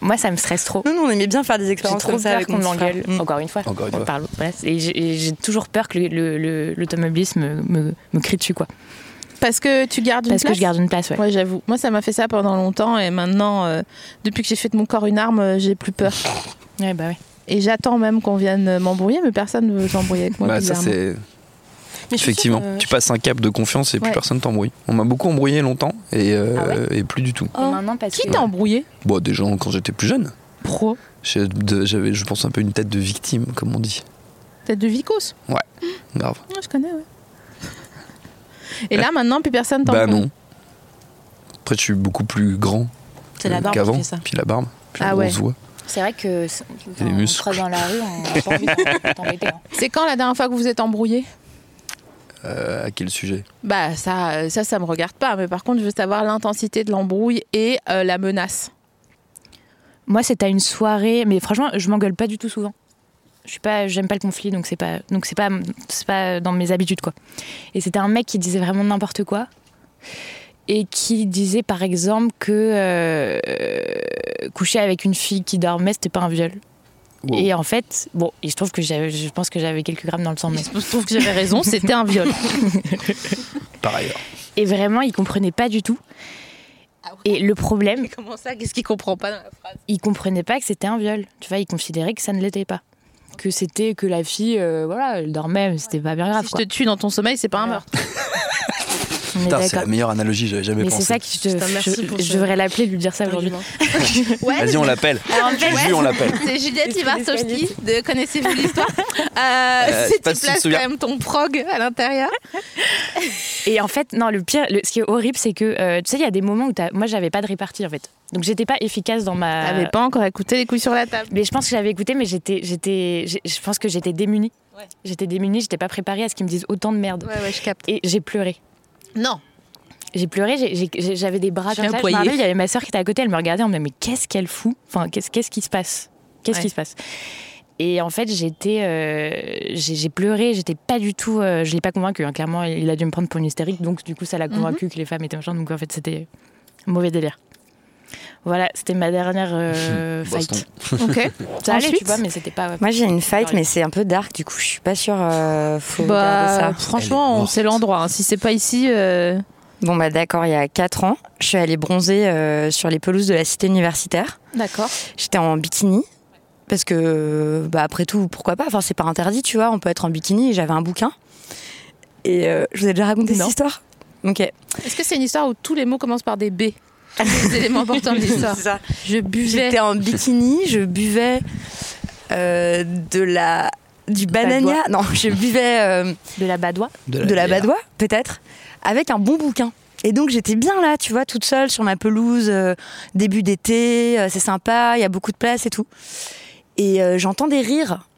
Speaker 5: Moi, ça me stresse trop.
Speaker 3: Non, non, on aimait bien faire des
Speaker 5: J'ai
Speaker 3: expériences
Speaker 5: trop
Speaker 3: comme ça
Speaker 5: peur
Speaker 3: avec
Speaker 5: qu'on
Speaker 3: mon frère. Mm.
Speaker 5: m'engueule. Encore une fois.
Speaker 2: Encore une
Speaker 5: on
Speaker 2: fois.
Speaker 5: parle. Voilà, c'est- et j'ai- et j'ai toujours peur que le- le- le- l'automobiliste me, me, me crie dessus, quoi.
Speaker 1: Parce que tu gardes une
Speaker 5: Parce
Speaker 1: place
Speaker 5: que je garde une place, ouais.
Speaker 1: Ouais, j'avoue. Moi, ça m'a fait ça pendant longtemps et maintenant, euh, depuis que j'ai fait de mon corps une arme, euh, j'ai plus peur.
Speaker 5: Ouais, bah ouais.
Speaker 1: Et j'attends même qu'on vienne euh, m'embrouiller, mais personne ne veut s'embrouiller avec moi.
Speaker 2: Bah, ça,
Speaker 1: bizarrement.
Speaker 2: c'est. Effectivement, tu passes un cap de confiance et plus
Speaker 1: Ouais. Ah
Speaker 2: personne t'embrouille. On m'a beaucoup embrouillé longtemps et, euh, et plus du tout.
Speaker 3: Oh.
Speaker 5: Et maintenant, parce
Speaker 1: Qui
Speaker 5: que-
Speaker 1: t'a embrouillé
Speaker 2: Bon, des gens quand j'étais plus jeune.
Speaker 1: Pro.
Speaker 2: J'ai- de- J'avais, je pense, un peu une tête de victime, comme on dit.
Speaker 1: Tête de Vicos
Speaker 2: Ouais, grave.
Speaker 1: Ouais, Je connais, ouais. Et là, maintenant, plus personne
Speaker 2: Bah
Speaker 1: t'embrouille
Speaker 2: non. Après, je suis beaucoup plus grand
Speaker 5: C'est la
Speaker 2: euh,
Speaker 5: barbe qui
Speaker 2: qu'avant.
Speaker 5: fait ça.
Speaker 2: Puis la barbe, puis
Speaker 1: Ah
Speaker 2: on
Speaker 1: ouais.
Speaker 2: se voit.
Speaker 5: C'est vrai que c'est-
Speaker 2: Et les
Speaker 5: on
Speaker 2: muscles.
Speaker 5: croise dans la rue, on a pas envie d'en- d'embêter. hein.
Speaker 1: C'est quand la dernière fois que vous êtes embrouillé
Speaker 2: Euh, à quel sujet
Speaker 1: Bah ça, euh, ça, ça me regarde pas. Mais par contre, je veux savoir l'intensité de l'embrouille et euh, la menace.
Speaker 5: Moi, c'était à une soirée, mais franchement, je m'engueule pas du tout souvent. Je suis pas, j'aime pas le conflit, donc c'est pas, donc c'est pas, c'est pas dans mes habitudes quoi. Et c'était un mec qui disait vraiment n'importe quoi et qui disait par exemple que euh, coucher avec une fille qui dormait, c'était pas un viol.
Speaker 2: Wow.
Speaker 5: Et en fait, bon, il se trouve que j'avais- je pense que j'avais quelques grammes dans le sang, mais
Speaker 1: Je trouve que j'avais raison, c'était un viol.
Speaker 2: Par ailleurs.
Speaker 5: et vraiment, il comprenait pas du tout. Et le problème,
Speaker 1: Comment ça Qu'est-ce qu'il comprend pas dans la phrase
Speaker 5: il comprenait pas que c'était un viol. Tu vois, il considérait que ça ne l'était pas. Que c'était que la fille, euh, voilà, elle dormait, mais c'était pas bien grave.
Speaker 1: Ah, Si je
Speaker 5: quoi.
Speaker 1: te tue dans ton sommeil, c'est pas un meurtre.
Speaker 5: On est
Speaker 2: Putain, c'est la
Speaker 5: d'accord.
Speaker 2: meilleure analogie, j'avais jamais
Speaker 5: Mais
Speaker 2: pensé.
Speaker 5: c'est ça qui je,
Speaker 1: Putain, merci
Speaker 5: je-
Speaker 1: pour
Speaker 5: je
Speaker 1: ce
Speaker 5: devrais l'appeler, lui dire ça aujourd'hui.
Speaker 2: Vas-y, on l'appelle. Juju, on l'appelle.
Speaker 1: C'est Juliette Ivarsovski de Connaissez-vous l'histoire Euh,
Speaker 2: je sais
Speaker 1: C'est tu
Speaker 2: pas si tu te
Speaker 1: places quand
Speaker 2: souviens.
Speaker 1: même ton prog à l'intérieur.
Speaker 5: Et en fait, non, le pire, le- ce qui est horrible, c'est que euh, tu sais, il y a des moments où t'as- moi, j'avais pas de répartie en fait. Donc j'étais pas efficace dans ma.
Speaker 1: T'avais pas encore écouté les couilles sur la table.
Speaker 5: Mais je pense que j'avais écouté, mais j'étais, j'étais, j'ai- je pense que j'étais démunie. J'étais démunie, j'étais pas préparée à ce qu'ils me disent autant de merde.
Speaker 1: Ouais, ouais, je capte.
Speaker 5: Et j'ai pleuré.
Speaker 1: Non.
Speaker 5: J'ai pleuré, j'ai- j'ai- j'ai- j'avais des bras
Speaker 1: J'ai
Speaker 5: comme
Speaker 1: un
Speaker 5: ça. Je me
Speaker 1: poignet.
Speaker 5: rappelle, il y avait ma sœur qui était à côté, elle me regardait, elle me disait mais qu'est-ce qu'elle fout Enfin, qu'est-ce qu'est-ce qui se passe Qu'est-ce
Speaker 1: Ouais.
Speaker 5: qui se passe Et en fait, j'étais, euh, j'ai j'ai pleuré, j'étais pas du tout, euh, je l'ai pas convaincu. hein. Clairement, il a dû me prendre pour une hystérique, donc du coup, ça l'a
Speaker 1: Mhm.
Speaker 5: convaincu que les femmes étaient machin. Donc en fait, c'était un mauvais délire. Voilà, c'était ma dernière euh, fight.
Speaker 1: Ok.
Speaker 5: Ça allait, tu
Speaker 1: Ensuite
Speaker 5: vois, mais c'était pas.
Speaker 3: Moi, j'ai une fight, mais c'est un peu dark, du coup, je suis pas sûre. euh, faut regarder
Speaker 1: Bah,
Speaker 3: ça.
Speaker 1: franchement, on- c'est l'endroit. hein. Si c'est pas ici, euh,
Speaker 3: Bon, bah d'accord, il y a 4 ans, je suis allée bronzer euh, sur les pelouses de la cité universitaire.
Speaker 1: D'accord.
Speaker 3: J'étais en bikini. Parce que, bah, après tout, pourquoi pas Enfin, c'est pas interdit, tu vois, on peut être en bikini. et J'avais un bouquin. Et euh, je vous ai déjà raconté
Speaker 1: Non.
Speaker 3: cette histoire Ok.
Speaker 1: Est-ce que c'est une histoire où tous les mots commencent par des B Tous les éléments importants de l'histoire.
Speaker 3: C'est ça.
Speaker 1: Je buvais.
Speaker 3: J'étais en bikini, je buvais euh, de la. Du banania. Non, je buvais. euh,
Speaker 5: De la badoie
Speaker 3: de la, badoie, peut-être, avec un bon bouquin. Et donc j'étais bien là, tu vois, toute seule sur ma pelouse, euh, début d'été, euh, c'est sympa, il y a beaucoup de place et tout. Et euh, j'entends des rires,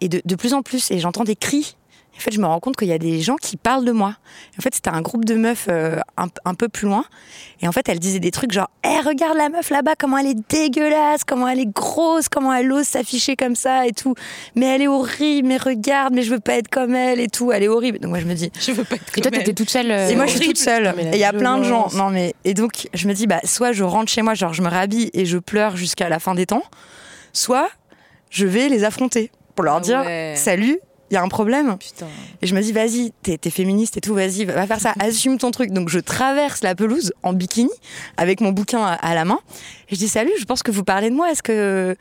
Speaker 3: et de, de plus en plus, et j'entends des cris. En fait, je me rends compte qu'il y a des gens qui parlent de moi. En fait, c'était un groupe de meufs euh, un, un peu plus loin. Et en fait, elles disaient des trucs genre Hé, regarde la meuf là-bas, comment elle est dégueulasse, comment elle est grosse, comment elle ose s'afficher comme ça et tout. Mais elle est horrible, mais regarde, mais je veux pas être comme elle et tout, elle est horrible. Donc moi, je me dis Je veux pas être
Speaker 5: Et toi, comme t'étais elle. toute seule, euh,
Speaker 3: Et moi, je suis
Speaker 5: horrible.
Speaker 3: toute seule.
Speaker 5: Mais
Speaker 3: Et
Speaker 5: la
Speaker 3: il y a plein de gens.
Speaker 5: violence.
Speaker 3: Non, mais. Et donc, je me dis Bah, soit je rentre chez moi, genre je me rhabille et je pleure jusqu'à la fin des temps, soit je vais les affronter pour leur dire
Speaker 1: Ah ouais.
Speaker 3: Salut, il y a un problème. Et je me dis, vas-y, t'es t'es féministe et tout, vas-y, va va faire ça, assume ton truc. Donc je traverse la pelouse en bikini, avec mon bouquin à, à la main. Et je dis, salut, je pense que vous parlez de moi, est-ce que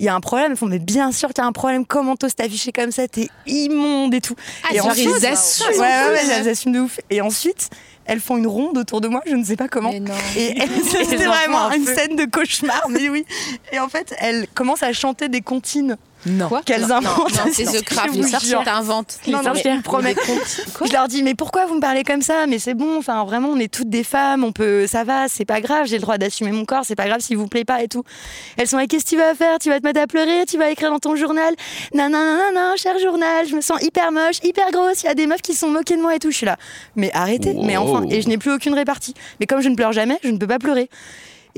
Speaker 3: il y a un problème Ils font, mais bien sûr qu'il y a un problème, comment t'oses t'afficher comme ça, t'es immonde et tout.
Speaker 1: Ah,
Speaker 3: et
Speaker 1: genre, ils
Speaker 3: ouais,
Speaker 1: assument,
Speaker 3: ouais,
Speaker 1: en
Speaker 3: ouais,
Speaker 1: plus.
Speaker 3: elles assument de ouf. Et ensuite, elles font une ronde autour de moi, je ne sais pas comment. Et elles-
Speaker 1: Les
Speaker 3: c'était
Speaker 1: enfants
Speaker 3: vraiment
Speaker 1: un
Speaker 3: une
Speaker 1: peu.
Speaker 3: scène de cauchemar, mais oui. Et en fait, elles commencent à chanter des comptines.
Speaker 1: Non.
Speaker 3: Qu'elles
Speaker 1: Non,
Speaker 3: inventent.
Speaker 1: non, non, c'est The Craft,
Speaker 3: Je
Speaker 1: les
Speaker 3: vous
Speaker 1: sorcières
Speaker 3: jure.
Speaker 1: t'inventent.
Speaker 3: Non,
Speaker 1: Les
Speaker 3: non,
Speaker 1: sorcières.
Speaker 3: je te promets.
Speaker 1: Des
Speaker 3: Je leur dis, mais pourquoi vous me parlez comme ça Mais c'est bon, enfin vraiment, on est toutes des femmes, on peut, ça va, c'est pas grave, j'ai le droit d'assumer mon corps, c'est pas grave s'il vous plaît pas et tout. Elles sont là, qu'est-ce que tu vas faire Tu vas te mettre à pleurer, tu vas écrire dans ton journal. Nan nan nan nan, nan, cher journal, je me sens hyper moche, hyper grosse, il y a des meufs qui se sont moquées de moi et tout. Je suis là, mais arrêtez, mais enfin,
Speaker 1: Wow.
Speaker 3: et je n'ai plus aucune répartie. Mais comme je ne pleure jamais, je ne peux pas pleurer.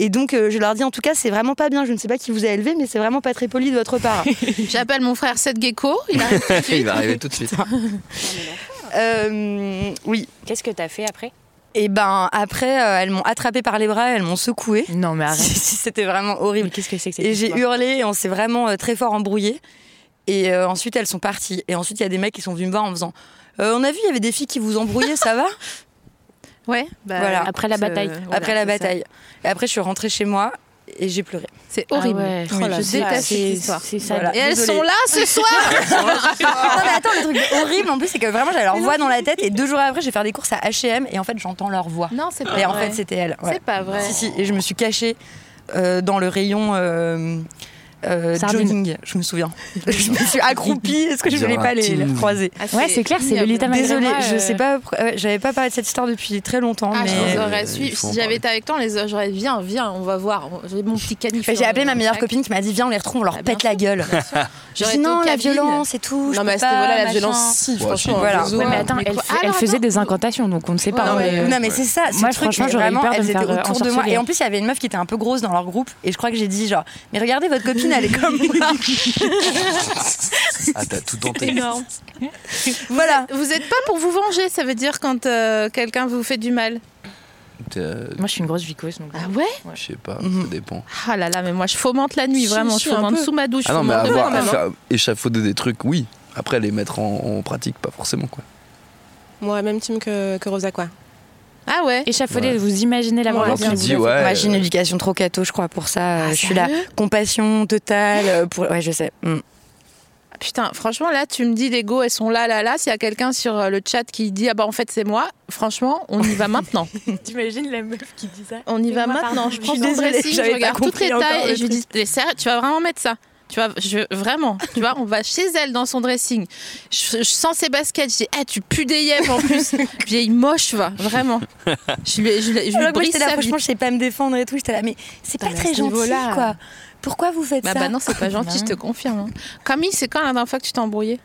Speaker 3: Et donc, euh, je leur dis, en tout cas, c'est vraiment pas bien. Je ne sais pas qui vous a élevé, mais c'est vraiment pas très poli de votre part.
Speaker 1: J'appelle mon frère Seth Gecko. Il a...
Speaker 2: Il va arriver tout de suite.
Speaker 3: Euh, oui.
Speaker 5: Qu'est-ce que t'as fait après
Speaker 3: Et ben après, euh, elles m'ont attrapée par les bras, elles m'ont secouée.
Speaker 5: Non
Speaker 1: Ah,
Speaker 5: mais arrête.
Speaker 3: C'était vraiment horrible.
Speaker 5: Qu'est-ce que c'est que cette
Speaker 3: Et j'ai
Speaker 5: histoire
Speaker 3: hurlé, et on s'est vraiment euh, très fort embrouillé. Et euh, ensuite, elles sont parties. Et ensuite, il y a des mecs qui sont venus me voir en faisant Euh, On a vu, il y avait des filles qui vous embrouillaient, ça va
Speaker 1: Ouais, bah,
Speaker 3: Voilà.
Speaker 1: après la bataille.
Speaker 3: après
Speaker 1: Voilà,
Speaker 3: la
Speaker 1: c'est ça.
Speaker 3: bataille. Et après, je suis rentrée chez moi et j'ai pleuré.
Speaker 1: C'est horrible.
Speaker 3: Ah ouais.
Speaker 1: Oh là,
Speaker 3: Je
Speaker 1: c'est-
Speaker 3: déteste
Speaker 1: c'est-
Speaker 3: cette histoire.
Speaker 1: c'est ça.
Speaker 3: Voilà.
Speaker 1: Et elles
Speaker 3: Désolée.
Speaker 1: sont là ce soir
Speaker 3: Elles sont là ce
Speaker 1: Ah.
Speaker 3: soir. Non, mais attends, le truc horrible en plus, c'est que vraiment, j'avais leur voix dans la tête et deux jours après, j'ai fait des courses à HM et en fait, j'entends leur voix.
Speaker 1: Non, c'est pas
Speaker 3: Et en
Speaker 1: vrai.
Speaker 3: fait, c'était elle. ouais.
Speaker 1: Ah C'est pas vrai.
Speaker 3: Si, si, et je me suis cachée euh, dans le rayon. euh, euh,
Speaker 5: Sardines.
Speaker 3: jogging, je me souviens. je me suis accroupie, est-ce que je voulais pas les, les croiser
Speaker 5: Ah, c'est Ouais, c'est clair, c'est ignoble. Lolita malgré
Speaker 3: Désolée,
Speaker 5: moi,
Speaker 3: je
Speaker 5: euh,
Speaker 3: sais pas, pourquoi- ouais, j'avais pas parlé de cette histoire depuis très longtemps.
Speaker 1: Ah,
Speaker 3: mais...
Speaker 1: je les aurais suivi. Si j'avais été avec toi, on les aurait- j'aurais dit, viens, viens, on va voir. J'ai mon petit canif.
Speaker 3: J'ai appelé ma meilleure copine qui m'a dit Viens, on les retrouve, on leur pète la gueule. J'ai
Speaker 1: J'aurais été
Speaker 3: dit Non,
Speaker 1: aux
Speaker 3: la
Speaker 1: cabines.
Speaker 3: violence et tout. je
Speaker 1: Non, mais
Speaker 3: peux
Speaker 1: à ce
Speaker 3: pas,
Speaker 1: niveau-là, la
Speaker 3: machin.
Speaker 1: violence, si, Ouais, franchement, si.
Speaker 3: Voilà.
Speaker 1: besoin.
Speaker 5: Ouais, mais attends,
Speaker 1: Mais
Speaker 5: elle,
Speaker 1: quoi
Speaker 5: fait-
Speaker 1: Ah,
Speaker 5: elle
Speaker 1: non,
Speaker 5: faisait des incantations, donc on ne sait pas.
Speaker 3: Ouais,
Speaker 5: mais-
Speaker 3: ouais. Non mais c'est ça, ce
Speaker 5: Moi,
Speaker 3: truc,
Speaker 5: franchement,
Speaker 3: mais
Speaker 5: j'aurais eu
Speaker 3: vraiment,
Speaker 5: peur de
Speaker 3: elles
Speaker 5: me faire
Speaker 3: étaient
Speaker 5: euh,
Speaker 3: autour de moi.
Speaker 5: ensorceler.
Speaker 3: Et en plus, il y avait une meuf qui était un peu grosse dans leur groupe. Et je crois que j'ai dit genre, mais regardez votre copine, elle est comme moi.
Speaker 2: Ah, t'as tout tenté.
Speaker 1: Énorme.
Speaker 3: voilà.
Speaker 1: Vous êtes pas pour vous venger, ça veut dire quand euh, quelqu'un vous fait du mal.
Speaker 2: Euh,
Speaker 5: Moi, je suis une grosse vicose. Donc... euh.
Speaker 1: Ah ouais
Speaker 2: Je sais pas, ça dépend.
Speaker 1: Ah là là, mais moi je fomente la nuit,
Speaker 5: Si,
Speaker 1: vraiment.
Speaker 5: si,
Speaker 1: je
Speaker 5: un
Speaker 1: fomente
Speaker 5: peu.
Speaker 1: sous ma douche.
Speaker 2: Ah non, mais
Speaker 1: je fomente
Speaker 2: avoir
Speaker 1: quand
Speaker 2: à
Speaker 1: même, hein.
Speaker 2: faire échafauder des trucs, oui. Après, les mettre en, en pratique, pas forcément, quoi.
Speaker 4: Moi, même team que, que Rosa, quoi.
Speaker 1: Ah ouais
Speaker 5: Échafaudé,
Speaker 2: Ouais.
Speaker 5: vous imaginez la mort
Speaker 2: Alors
Speaker 5: à
Speaker 2: qu'il
Speaker 5: la
Speaker 2: dit,
Speaker 5: vie.
Speaker 2: ouais.
Speaker 3: Moi, j'ai une éducation trop catho, je crois, pour ça.
Speaker 5: Ah,
Speaker 3: je suis là, compassion totale. euh, Pour... Ouais, je sais. Mm.
Speaker 1: Putain, franchement, là, tu me dis, les go, elles sont là, là, là. S'il y a quelqu'un sur euh, le chat qui dit, ah bah en fait, c'est moi, franchement, on y va maintenant.
Speaker 5: T'imagines la meuf qui dit ça
Speaker 1: On y va
Speaker 5: Moi,
Speaker 1: maintenant.
Speaker 5: pardon,
Speaker 1: Je
Speaker 5: je
Speaker 1: prends
Speaker 5: suis
Speaker 1: ton
Speaker 5: désolée,
Speaker 1: dressing,
Speaker 5: j'avais
Speaker 1: je
Speaker 5: pas
Speaker 1: regarde toutes les
Speaker 5: compris encore
Speaker 1: tailles et
Speaker 5: le
Speaker 1: je lui dis Mais sérieux, tu vas vraiment mettre ça tu vas, je, vraiment, tu vois, on va chez elle dans son dressing. Je, je sens ses baskets. Je dis, ah, tu pues des yeux en plus. Vieille moche, va, vraiment. Je lui, je, lui- je lui
Speaker 3: Alors que moi,
Speaker 1: brise
Speaker 3: j'étais
Speaker 1: sa
Speaker 3: là,
Speaker 1: vie.
Speaker 3: franchement, je sais pas me défendre et tout. J'étais là, mais c'est pas
Speaker 1: mais à
Speaker 3: très
Speaker 1: ce
Speaker 3: gentil,
Speaker 1: niveau-là-
Speaker 3: quoi. Pourquoi vous faites
Speaker 1: Bah,
Speaker 3: ça
Speaker 1: bah non, c'est pas gentil, je te confirme. hein. Camille, c'est quand la dernière fois que tu t'es embrouillée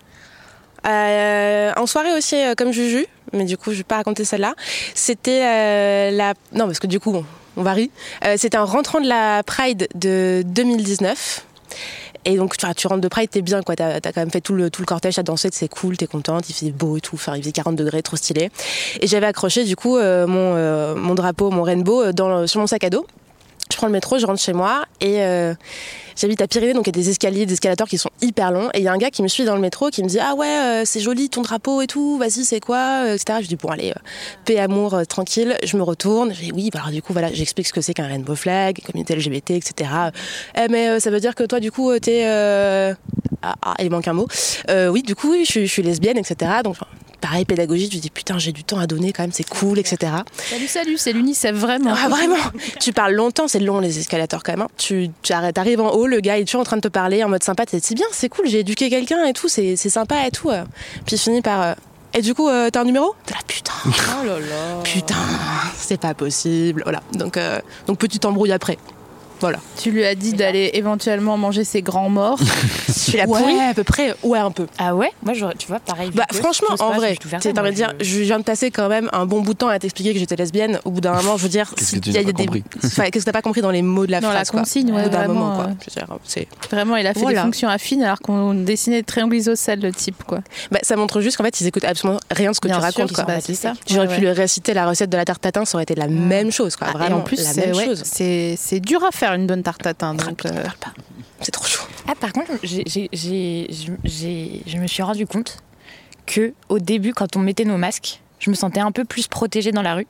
Speaker 4: Euh, en soirée aussi, euh, comme Juju, mais du coup, je vais pas raconter celle-là. C'était euh, la. Non, parce que du coup, bon, on varie. Euh, C'était en rentrant de la Pride de 2019. Et donc, tu, vois, tu rentres de Pride, t'es bien, quoi. T'as as quand même fait tout le, tout le cortège, t'as dansé, c'est cool, t'es contente, il fait beau et tout. Enfin, il faisait 40 degrés, trop stylé. Et j'avais accroché, du coup, euh, mon, euh, mon drapeau, mon rainbow, euh, dans, le- sur mon sac à dos. Je prends le métro, je rentre chez moi et euh, j'habite à Pyrénées, donc il y a des escaliers, des escalators qui sont hyper longs. Et il y a un gars qui me suit dans le métro qui me dit Ah ouais, euh, c'est joli ton drapeau et tout, vas-y, c'est quoi euh, etc. Je dis Bon, allez, euh, paix, amour, euh, tranquille. Je me retourne, je dis Oui, bah alors du coup, voilà, j'explique ce que c'est qu'un rainbow flag, communauté LGBT, etc. Eh, mais euh, ça veut dire que toi, du coup, euh, t'es. euh, Ah, ah, il manque un mot. Euh, oui, du coup, oui, je, suis- je suis lesbienne, etc. Donc, enfin, pareil, pédagogie, je dis Putain, j'ai du temps à donner quand même, c'est cool, etc.
Speaker 1: Salut, salut, c'est l'UNICEF, vraiment.
Speaker 4: Ah, vraiment Tu parles longtemps, c'est long les escalators quand même. hein. Tu, tu arrêtes, t'arrives en haut, le gars il est toujours en train de te parler en mode sympa, t'es c'est bien, c'est cool, j'ai éduqué quelqu'un et tout, c'est c'est sympa et tout. euh. Puis il finit par euh, Et du coup, euh, t'as un numéro T'es là, putain, oh là là. putain, c'est pas possible. Voilà. Donc, euh, donc petite embrouille après. Voilà.
Speaker 1: Tu lui as dit d'aller éventuellement manger ses grands morts. tu
Speaker 4: l'as pourri Ouais, à peu près. Ouais, un peu.
Speaker 5: Ah ouais Moi, j'aurais- tu vois, pareil.
Speaker 4: Bah,
Speaker 5: vidéo,
Speaker 4: franchement,
Speaker 5: j'ose
Speaker 4: en
Speaker 5: pas,
Speaker 4: vrai,
Speaker 5: j'ai tout fait
Speaker 4: t'es-
Speaker 5: ça,
Speaker 4: t'as envie
Speaker 5: moi,
Speaker 4: de dire, je viens de passer quand même un bon bout de temps à t'expliquer que j'étais lesbienne. Au bout d'un moment, je veux dire,
Speaker 2: Qu'est-ce
Speaker 4: si-
Speaker 2: que tu
Speaker 4: il y a
Speaker 2: n'as pas
Speaker 4: des-
Speaker 2: compris
Speaker 4: enfin, qu'est-ce que t'as pas compris dans les mots de la
Speaker 1: Dans la
Speaker 4: phrase quoi.
Speaker 1: consigne, ouais,
Speaker 4: Au bout d'un
Speaker 1: vraiment,
Speaker 4: moment, quoi.
Speaker 1: ouais.
Speaker 4: Je veux dire, c'est.
Speaker 1: Vraiment, il a fait
Speaker 4: Voilà.
Speaker 1: des fonctions affines alors qu'on dessinait des triangles isocèles, le type, quoi.
Speaker 4: Bah, ça montre juste qu'en fait, ils écoutent absolument rien de ce que
Speaker 1: Bien
Speaker 4: tu
Speaker 1: sûr
Speaker 4: racontes.
Speaker 1: qu'ils
Speaker 4: quoi.
Speaker 1: sont pas attestés. Ouais,
Speaker 4: J'aurais pu
Speaker 1: ouais.
Speaker 4: lui réciter la recette de la tarte tatin, ça aurait été la même chose. Quoi.
Speaker 1: Ah,
Speaker 4: Vraiment,
Speaker 1: et en plus,
Speaker 4: la
Speaker 1: c'est
Speaker 4: même
Speaker 1: ouais,
Speaker 4: chose. Ah,
Speaker 1: c'est- c'est dur à faire une bonne tarte tatin. Donc, euh,
Speaker 4: C'est trop chaud.
Speaker 5: Ah, par contre, j'ai- j'ai- j'ai- j'ai- j'ai- je me suis rendu compte que au début, quand on mettait nos masques, je me sentais un peu plus protégée dans la rue.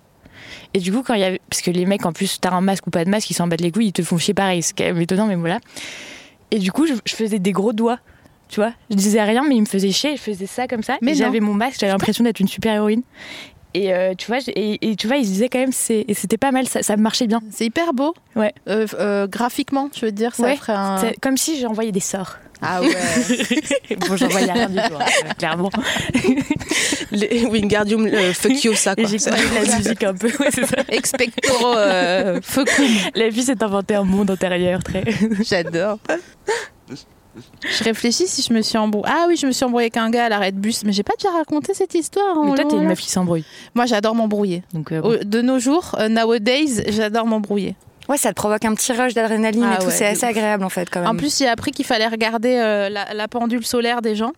Speaker 5: Et du coup, quand il y avait. Parce que les mecs, en plus, t'as un masque ou pas de masque, ils s'en battent les couilles, ils te font chier pareil. C'est quand même étonnant, mais voilà. Et du coup, je, je faisais des gros doigts. Tu vois Je disais rien, mais ils me faisaient chier, je faisais ça comme ça.
Speaker 1: Mais
Speaker 5: Mais
Speaker 1: non.
Speaker 5: j'avais mon masque, j'avais l'impression d'être une super-héroïne. Et, euh, tu vois, j'ai- et, et tu vois, ils se disaient quand même, c'est- et c'était pas mal, ça, ça marchait bien.
Speaker 1: C'est hyper beau.
Speaker 5: Ouais.
Speaker 1: Euh, euh, graphiquement, tu veux dire, ça
Speaker 5: Ouais.
Speaker 1: ferait un.
Speaker 5: C'est Comme si j'ai envoyé des sorts.
Speaker 1: Ah ouais.
Speaker 5: bon, j'envoyais rien du tout, hein, clairement.
Speaker 4: Les Wingardium euh, fuck you, ça. Quoi.
Speaker 5: J'ai parlé de la musique un peu. Ouais, c'est ça.
Speaker 1: Expectoro euh, fecum.
Speaker 5: La vie s'est inventée un monde intérieur très.
Speaker 1: J'adore. Je réfléchis si je me suis embrouillée. Ah oui, je me suis embrouillée avec un gars à l'arrêt de bus, mais j'ai pas déjà raconté cette histoire. en
Speaker 5: Mais toi,
Speaker 1: long,
Speaker 5: t'es une
Speaker 1: en
Speaker 5: meuf qui s'embrouille.
Speaker 1: large. Moi, j'adore m'embrouiller.
Speaker 5: Donc, euh,
Speaker 1: Au- De nos jours, euh, nowadays, j'adore m'embrouiller.
Speaker 3: Ouais, ça te provoque un petit rush d'adrénaline
Speaker 1: Ah
Speaker 3: et tout.
Speaker 1: ouais,
Speaker 3: c'est
Speaker 1: de
Speaker 3: assez
Speaker 1: ouf.
Speaker 3: agréable en fait quand même.
Speaker 1: En plus, j'ai appris qu'il fallait regarder euh, la, la pendule solaire des gens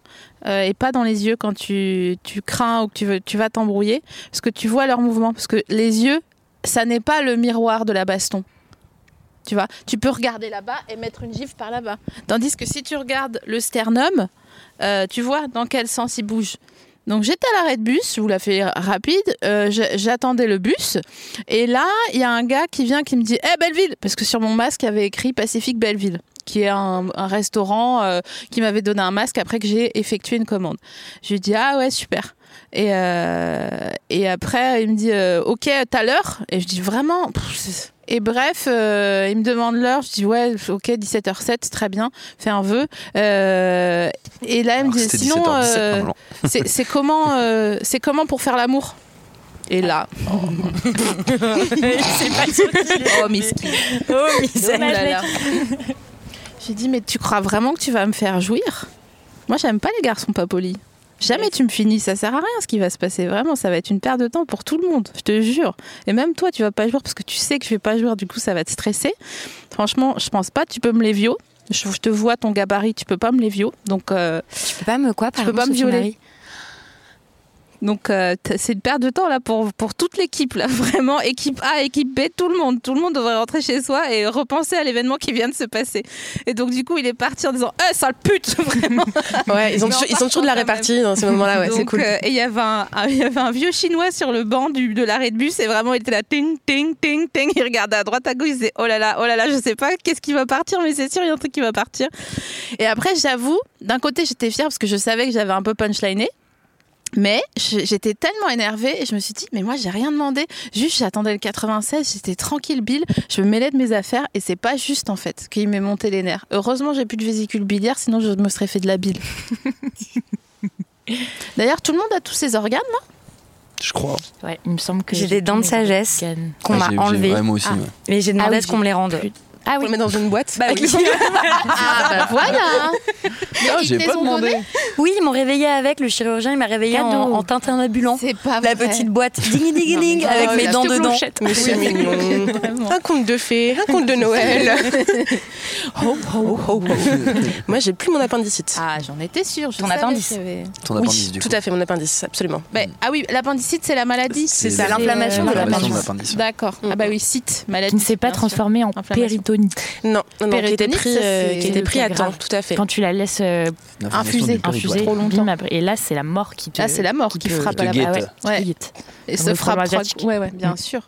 Speaker 1: euh, et pas dans les yeux quand tu, tu crains ou que tu, veux, tu vas t'embrouiller, parce que tu vois leur mouvement, parce que les yeux, ça n'est pas le miroir de la baston. Tu vois, tu peux regarder là-bas et mettre une gifle par là-bas. Tandis que si tu regardes le sternum, euh, tu vois dans quel sens il bouge. Donc j'étais à l'arrêt de bus, je vous la fais rapide, euh, j'a- j'attendais le bus et là il y a un gars qui vient qui me dit Eh Belleville !» parce que sur mon masque il y avait écrit Pacifique Belleville qui est un, un restaurant euh, qui m'avait donné un masque après que j'ai effectué une commande. Je lui dis ah ouais super. Et, euh, et après il me dit euh, ok t'as l'heure et je dis vraiment. Pff, c'est- Et bref euh, il me demande l'heure. Je dis ouais ok 17h07 très bien fais un vœu. Euh, et là il me
Speaker 2: Alors que
Speaker 1: dit
Speaker 2: c'était
Speaker 1: sinon
Speaker 2: 17h17,
Speaker 1: euh,
Speaker 2: normalement.
Speaker 1: c'est c'est comment euh, c'est comment pour faire l'amour. Et là. oh, miskin.
Speaker 5: Oh,
Speaker 1: Oh là là. J'ai dit, mais tu crois vraiment que tu vas me faire jouir Moi, j'aime pas les garçons pas polis. Jamais tu me finis, ça sert à rien ce qui va se passer. Vraiment, ça va être une perte de temps pour tout le monde, je te jure. Et même toi, tu vas pas jouer parce que tu sais que je vais pas jouer, du coup, ça va te stresser. Franchement, je pense pas, tu peux me les vio. Je, je te vois ton gabarit, tu peux pas me les vio. Donc, euh,
Speaker 3: tu peux pas me Ah, quoi par
Speaker 1: peux
Speaker 3: exemple,
Speaker 1: pas me
Speaker 3: Sophie
Speaker 1: violer.
Speaker 3: Marie
Speaker 1: donc euh, t'as- c'est une perte de temps là pour, pour toute l'équipe, là. Vraiment, équipe A, équipe B, tout le monde. Tout le monde devrait rentrer chez soi et repenser à l'événement qui vient de se passer. Et donc, du coup, il est parti en disant Eh, sale pute Vraiment
Speaker 4: Ouais, ils ont,
Speaker 1: Mais
Speaker 4: toujours,
Speaker 1: en
Speaker 4: ils ont toujours de la
Speaker 1: partant, quand
Speaker 4: répartie dans ces moments-là, Ah ouais, c'est
Speaker 1: Donc,
Speaker 4: cool.
Speaker 1: euh, et il y avait un, un- il y avait un vieux chinois sur le banc du, de l'arrêt de bus et vraiment il était là ting ting ting ting il regardait à droite à gauche il disait oh là là oh là là je sais pas qu'est-ce qui va partir mais c'est sûr il y a un truc qui va partir et après j'avoue d'un côté j'étais fière parce que je savais que j'avais un peu punchliné mais je- j'étais tellement énervée et je me suis dit, mais moi j'ai rien demandé. Juste j'attendais le 96, j'étais tranquille, Bill. Je me mêlais de mes affaires et c'est pas juste en fait qu'il m'ait monté les nerfs. Heureusement j'ai plus de vésicule biliaire, sinon je me serais fait de la bile. D'ailleurs, tout le monde a tous ses organes, non
Speaker 2: Je crois.
Speaker 5: Ouais, il me semble que.
Speaker 3: J'ai des dents de
Speaker 5: mes
Speaker 3: sagesse.
Speaker 5: organes.
Speaker 3: qu'on
Speaker 2: Ah,
Speaker 3: m'a
Speaker 2: j'ai- j'ai
Speaker 3: enlevé.
Speaker 2: vraiment aussi,
Speaker 3: Ah.
Speaker 2: ouais.
Speaker 3: Mais j'ai
Speaker 5: Ah
Speaker 3: demandé
Speaker 5: oui,
Speaker 3: à ce qu'on
Speaker 5: j'ai-
Speaker 3: me les rende.
Speaker 5: Ah
Speaker 4: On
Speaker 5: oui.
Speaker 4: le met dans une boîte.
Speaker 3: Bah oui.
Speaker 1: Ah bah voilà
Speaker 2: Ah, j'ai
Speaker 1: les
Speaker 2: pas
Speaker 1: ont
Speaker 2: demandé.
Speaker 3: oui, ils m'ont réveillée avec le chirurgien, il m'a réveillée en,
Speaker 5: Cadeau.
Speaker 3: en tintinambulant.
Speaker 1: C'est pas
Speaker 3: La petite boîte ding ding ding avec mes dents dedans.
Speaker 4: Mais c'est mignon.
Speaker 1: Vraiment.
Speaker 4: Un conte de fées, un conte de Noël. Ho, ho, ho, ho. Moi, j'ai plus mon appendicite.
Speaker 1: Ah, j'en étais sûre. Je
Speaker 3: Ton
Speaker 1: savais
Speaker 3: appendice.
Speaker 1: qu'il y avait-
Speaker 2: Ton appendice,
Speaker 4: oui,
Speaker 2: du
Speaker 4: tout
Speaker 2: coup.
Speaker 4: à fait, mon appendice, absolument.
Speaker 1: Ben, ah oui, l'appendicite, c'est la maladie.
Speaker 2: C'est
Speaker 3: ça, l'inflammation
Speaker 1: euh,
Speaker 3: de
Speaker 2: L'inflammation
Speaker 3: l'appendice.
Speaker 2: l'appendice.
Speaker 1: D'accord. Ah bah oui, site, maladie.
Speaker 5: Qui ne s'est pas
Speaker 1: bien sûr.
Speaker 5: transformée en
Speaker 1: Inflammation.
Speaker 5: péritonite
Speaker 4: Non, non, non, qui était
Speaker 1: Péritonite,
Speaker 4: pris,
Speaker 1: ça,
Speaker 4: euh,
Speaker 1: c'est
Speaker 4: qui était
Speaker 5: le
Speaker 4: pris
Speaker 5: cas
Speaker 4: à temps,
Speaker 5: grave.
Speaker 4: tout à fait.
Speaker 5: quand tu la laisses euh,
Speaker 2: L'inflammation
Speaker 1: infusée,
Speaker 2: du péritoine.
Speaker 5: infuser.
Speaker 1: Trop longtemps.
Speaker 5: bim, après- Et là, c'est la mort qui te.
Speaker 1: Ah, c'est la mort qui
Speaker 5: peut-
Speaker 1: frappe
Speaker 2: te
Speaker 1: à la
Speaker 2: guette.
Speaker 5: Ah
Speaker 1: barre.
Speaker 5: ouais,
Speaker 1: Ouais.
Speaker 5: qui guette.
Speaker 1: Et
Speaker 5: Dans
Speaker 1: se
Speaker 5: le
Speaker 1: frappe.
Speaker 5: traumatisme
Speaker 1: trois- Ouais, ouais, bien sûr.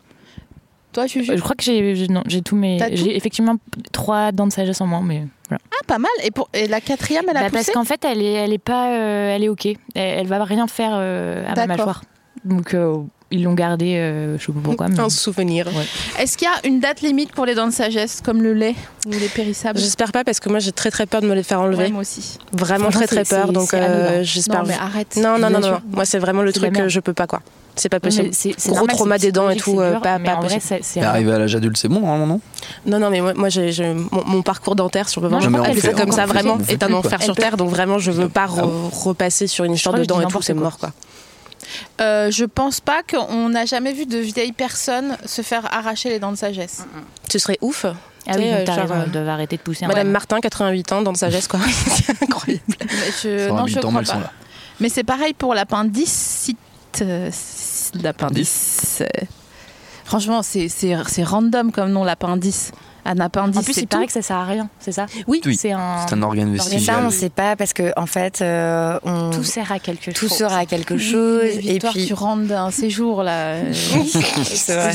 Speaker 1: Toi, Juju.
Speaker 5: Euh, Je crois que j'ai j'ai- non, j'ai tout mais
Speaker 1: T'as tout
Speaker 5: j'ai effectivement trois dents de sagesse en moins mais voilà.
Speaker 1: Ah, pas mal. Et, pour... et la quatrième, elle a
Speaker 5: Bah, parce
Speaker 1: poussé
Speaker 5: qu'en fait elle est elle est pas euh, elle est ok elle, elle va rien faire euh, à ma
Speaker 1: D'accord.
Speaker 5: mâchoire donc euh, ils l'ont gardé, euh, je sais pas pourquoi. Mais...
Speaker 4: Un souvenir.
Speaker 1: Est-ce qu'il y a une date limite pour les dents de sagesse, comme le lait ou les périssables
Speaker 4: J'espère pas parce que moi j'ai très très peur de me les faire enlever.
Speaker 1: Ouais, moi aussi.
Speaker 4: Vraiment
Speaker 1: Franchement,
Speaker 4: très très
Speaker 1: c'est-
Speaker 4: peur.
Speaker 1: c'est-
Speaker 4: Donc
Speaker 1: c'est
Speaker 4: euh,
Speaker 1: anodin.
Speaker 4: j'espère.
Speaker 1: Non, mais arrête.
Speaker 4: Non non non
Speaker 5: Bien
Speaker 4: non.
Speaker 5: sûr.
Speaker 4: Moi c'est vraiment le
Speaker 5: C'est la
Speaker 4: truc que
Speaker 5: merde.
Speaker 4: je peux pas quoi. C'est pas possible.
Speaker 5: Mais c'est- c'est
Speaker 4: Gros
Speaker 5: normal,
Speaker 4: trauma
Speaker 5: c'est
Speaker 4: des dents et
Speaker 5: psychologique,
Speaker 4: tout.
Speaker 5: c'est
Speaker 4: euh,
Speaker 5: dur,
Speaker 4: Pas
Speaker 5: mais
Speaker 4: pas
Speaker 5: en vrai,
Speaker 4: possible.
Speaker 5: c'est c'est
Speaker 2: Et arrivé à l'âge adulte, c'est bon normalement, non
Speaker 4: Non, non, mais moi, moi j'ai, j'ai- mon, mon parcours dentaire, si on peut
Speaker 5: Non,
Speaker 4: vraiment
Speaker 2: mais on
Speaker 4: appeler
Speaker 2: fait-
Speaker 4: ça comme
Speaker 2: on
Speaker 4: ça,
Speaker 2: fait-
Speaker 4: vraiment,
Speaker 2: on fait
Speaker 4: est un
Speaker 2: plus, quoi.
Speaker 4: enfer sur
Speaker 5: Elle peut-
Speaker 4: Terre. Donc vraiment, je veux pas re-
Speaker 2: Ah bon
Speaker 4: repasser sur une histoire
Speaker 5: crois
Speaker 4: de
Speaker 5: que je
Speaker 4: dents
Speaker 5: dis
Speaker 4: et tout,
Speaker 5: n'importe
Speaker 4: c'est
Speaker 5: quoi.
Speaker 4: mort, quoi.
Speaker 1: Euh, je pense pas qu'on n'a jamais vu de vieilles personnes se faire arracher les dents de sagesse.
Speaker 4: Ce serait ouf.
Speaker 5: Ah
Speaker 4: Tu
Speaker 5: oui,
Speaker 4: sais,
Speaker 5: donc
Speaker 4: euh,
Speaker 5: t'as
Speaker 4: genre,
Speaker 5: raison,
Speaker 4: euh,
Speaker 5: ils doivent arrêter de pousser. un
Speaker 4: Madame
Speaker 5: peu.
Speaker 4: Martin, 88 ans, dans de sagesse, quoi. c'est incroyable.
Speaker 1: Mais je,
Speaker 2: Ça
Speaker 1: non,
Speaker 2: va,
Speaker 1: je
Speaker 2: les dents
Speaker 1: crois
Speaker 2: mal sont
Speaker 1: pas.
Speaker 2: là.
Speaker 1: Mais c'est pareil pour l'appendicite. euh, c- L'appendice. euh, Franchement, c'est c'est- c'est random comme nom, l'appendice. Un appendice,
Speaker 5: En plus,
Speaker 1: c'est
Speaker 5: il
Speaker 1: tout.
Speaker 5: paraît que ça sert à rien, c'est ça
Speaker 4: Oui.
Speaker 2: Oui.
Speaker 5: C'est un...
Speaker 2: C'est un organe
Speaker 5: Mais
Speaker 3: Mais ça,
Speaker 2: vestigial.
Speaker 3: on ne sait pas parce que en fait, euh, on...
Speaker 5: Tout sert à quelque chose.
Speaker 3: tout sera à quelque
Speaker 1: Mais
Speaker 3: chose. Et
Speaker 1: Victoire,
Speaker 3: puis,
Speaker 1: tu rentres d'un séjour là. euh,
Speaker 3: c'est vrai.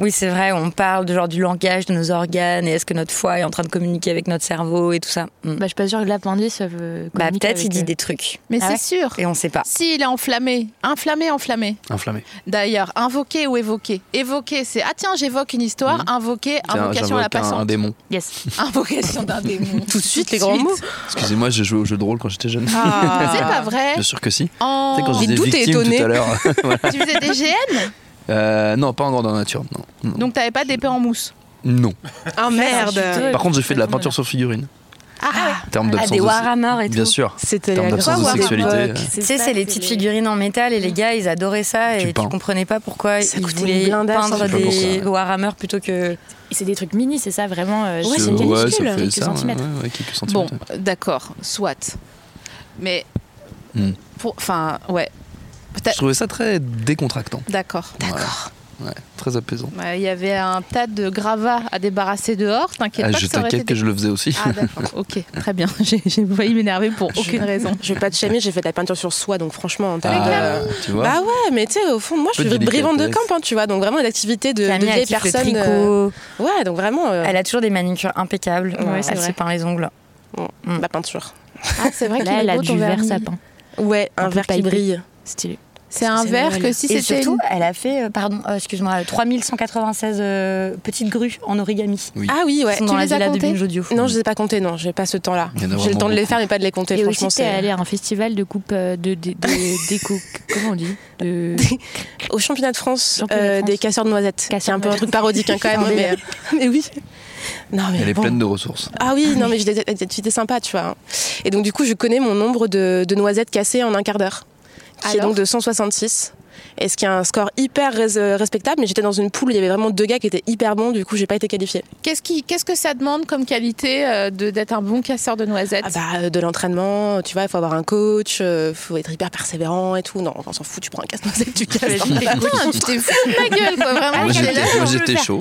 Speaker 3: Oui, c'est vrai. On parle de, genre du langage de nos organes et est-ce que notre foie est en train de communiquer avec notre cerveau et tout ça. Mm.
Speaker 5: Bah, je suis pas sûre que l'appendice. euh,
Speaker 3: Bah,
Speaker 5: communique
Speaker 3: peut-être il
Speaker 5: avec,
Speaker 3: dit
Speaker 5: euh,
Speaker 3: des trucs
Speaker 1: Mais
Speaker 5: Ah ouais
Speaker 1: c'est sûr.
Speaker 3: et on ne sait pas.
Speaker 1: S'il est enflammé, inflammé, enflammé.
Speaker 2: Inflammé.
Speaker 1: D'ailleurs, invoquer ou évoquer Évoquer, c'est ah tiens, j'évoque une histoire. Invoquer,
Speaker 2: Mmh. Tiens,
Speaker 1: invocation à la
Speaker 2: j'invoque un-
Speaker 1: passante.
Speaker 2: Un démon.
Speaker 5: Yes.
Speaker 1: Invocation d'un démon.
Speaker 4: Tout de suite, les grands mots.
Speaker 2: Excusez-moi, j'ai joué au jeu de rôle quand j'étais jeune.
Speaker 5: Ah.
Speaker 1: C'est pas vrai.
Speaker 2: Bien sûr que si.
Speaker 1: En-
Speaker 2: Tu sais, quand je
Speaker 4: Mais
Speaker 2: disais
Speaker 4: d'où t'es
Speaker 2: victime tout
Speaker 4: étonné
Speaker 2: à l'heure. voilà.
Speaker 1: Tu faisais des GN,
Speaker 2: Euh, non, pas en grandeur nature. Non. Non.
Speaker 1: donc t'avais pas d'épée en mousse.
Speaker 2: Non.
Speaker 4: Ah merde.
Speaker 2: Par contre, j'ai fait de la peinture sur figurine.
Speaker 1: Ah,
Speaker 2: En termes
Speaker 3: Ah,
Speaker 2: d'absence
Speaker 3: des
Speaker 2: de-
Speaker 3: Warhammer et tout.
Speaker 2: Bien sûr.
Speaker 4: C'était
Speaker 2: En termes
Speaker 4: la
Speaker 2: d'absence de
Speaker 1: Warhammer.
Speaker 2: sexualité. euh,
Speaker 3: Tu sais, c'est les petites figurines en métal et les gars, ils adoraient ça
Speaker 2: Tu
Speaker 3: et tu
Speaker 2: peins.
Speaker 3: comprenais pas pourquoi
Speaker 4: Ça
Speaker 3: ils
Speaker 4: coûtait une
Speaker 3: voulaient
Speaker 4: blindade, ça,
Speaker 3: peindre
Speaker 2: je sais pas
Speaker 3: des
Speaker 2: pourquoi.
Speaker 3: Warhammer plutôt que.
Speaker 5: Et C'est des trucs mini, c'est ça vraiment. euh,
Speaker 2: c'est-
Speaker 5: c'est
Speaker 2: ouais, ça
Speaker 5: minuscule,
Speaker 2: fait
Speaker 5: quelques
Speaker 2: ça. ouais,
Speaker 5: centimètres.
Speaker 2: ouais, ouais, quelques
Speaker 1: Bon,
Speaker 2: centimètres.
Speaker 1: d'accord, soit. Mais.
Speaker 2: Hmm.
Speaker 1: pour- Enfin, ouais.
Speaker 2: Je trouvais ça très décontractant.
Speaker 1: D'accord.
Speaker 2: D'accord. Ouais, très apaisant.
Speaker 1: Ouais, Il y avait un tas de gravats à débarrasser dehors. T'inquiète
Speaker 2: Ah,
Speaker 1: pas,
Speaker 2: je
Speaker 1: que ça aurait été
Speaker 2: t'inquiète que je le faisais aussi.
Speaker 1: Ah d'accord, ok, très bien. J'ai j'ai failli m'énerver pour aucune raison.
Speaker 4: Je vais pas te chamer, j'ai fait de la peinture sur soie, donc franchement, en termes
Speaker 2: Ah,
Speaker 4: de-
Speaker 2: tu vois
Speaker 4: Bah ouais, mais tu sais, au fond, moi, je
Speaker 2: Peu de
Speaker 4: suis brivante de camp,
Speaker 2: délicatesse.
Speaker 4: hein, tu vois. Donc vraiment, une activité de, de
Speaker 3: Camille, elle
Speaker 4: vieille
Speaker 3: kiffe le
Speaker 4: personne.
Speaker 3: tricot.
Speaker 4: euh, Ouais, donc vraiment, euh,
Speaker 3: Elle a toujours des manucures impeccables.
Speaker 5: Ouais, c'est
Speaker 3: elle se
Speaker 5: vrai.
Speaker 3: peint les ongles.
Speaker 4: la peinture.
Speaker 1: Ah, c'est vrai
Speaker 5: Là, elle a du vert sapin.
Speaker 4: Ouais, un
Speaker 5: peu
Speaker 4: verre qui
Speaker 5: pailleté.
Speaker 4: brille.
Speaker 5: Stylé.
Speaker 1: C'est un verre
Speaker 3: Noël.
Speaker 1: que si
Speaker 3: Et
Speaker 1: c'était
Speaker 3: surtout,
Speaker 1: une-
Speaker 3: elle a fait, euh, pardon, euh, excuse-moi, 3196 euh, petites grues en origami.
Speaker 2: Oui.
Speaker 4: Ah oui,
Speaker 3: Qui
Speaker 4: ouais.
Speaker 3: sont dans
Speaker 1: Tu
Speaker 3: la
Speaker 1: les as
Speaker 3: villa de
Speaker 1: comptées
Speaker 3: Binjodio.
Speaker 4: Non, je les ai pas comptés, non, j'ai pas ce temps-là.
Speaker 2: Il y
Speaker 4: J'ai
Speaker 2: en a
Speaker 4: le
Speaker 2: vraiment
Speaker 4: temps de les
Speaker 2: beaucoup.
Speaker 4: faire, mais pas de les compter,
Speaker 5: Et aussi,
Speaker 4: franchement.
Speaker 5: t'es
Speaker 4: c'est-
Speaker 5: allé à un festival de coupe euh, de, de, de- déco- Comment on dit de...
Speaker 4: Au championnat de France,
Speaker 5: Championnat de
Speaker 4: euh,
Speaker 5: France.
Speaker 4: des casseurs de noisettes.
Speaker 5: Casseurs
Speaker 4: C'est un
Speaker 5: de
Speaker 4: peu un truc parodique, hein, quand même, mais, mais oui. Non, mais
Speaker 2: Elle est
Speaker 4: bon.
Speaker 2: pleine de ressources.
Speaker 4: Ah oui, non, mais j'ai des des activités sympas, tu vois. Et donc, du coup, je connais mon nombre de, de noisettes cassées en un quart d'heure, qui est
Speaker 1: Alors
Speaker 4: donc de 166. Et ce qui est un score hyper res- euh, respectable, mais j'étais dans une poule, il y avait vraiment deux gars qui étaient hyper bons, du coup, j'ai pas été qualifiée.
Speaker 1: Qu'est-ce qui, qu'est-ce que ça demande comme qualité euh, de d'être un bon casseur de noisettes
Speaker 4: Ah bah, euh, de l'entraînement, tu vois, il faut avoir un coach, il faut être hyper persévérant et tout. Non, on s'en fout, tu prends un casse-noisette, tu casses.
Speaker 1: Putain, tu t'es foutu de ma gueule, quoi, vraiment.
Speaker 2: Moi,
Speaker 1: j'étais là,
Speaker 2: j'étais- moi,
Speaker 1: je veux
Speaker 2: j'étais
Speaker 1: le
Speaker 2: chaud.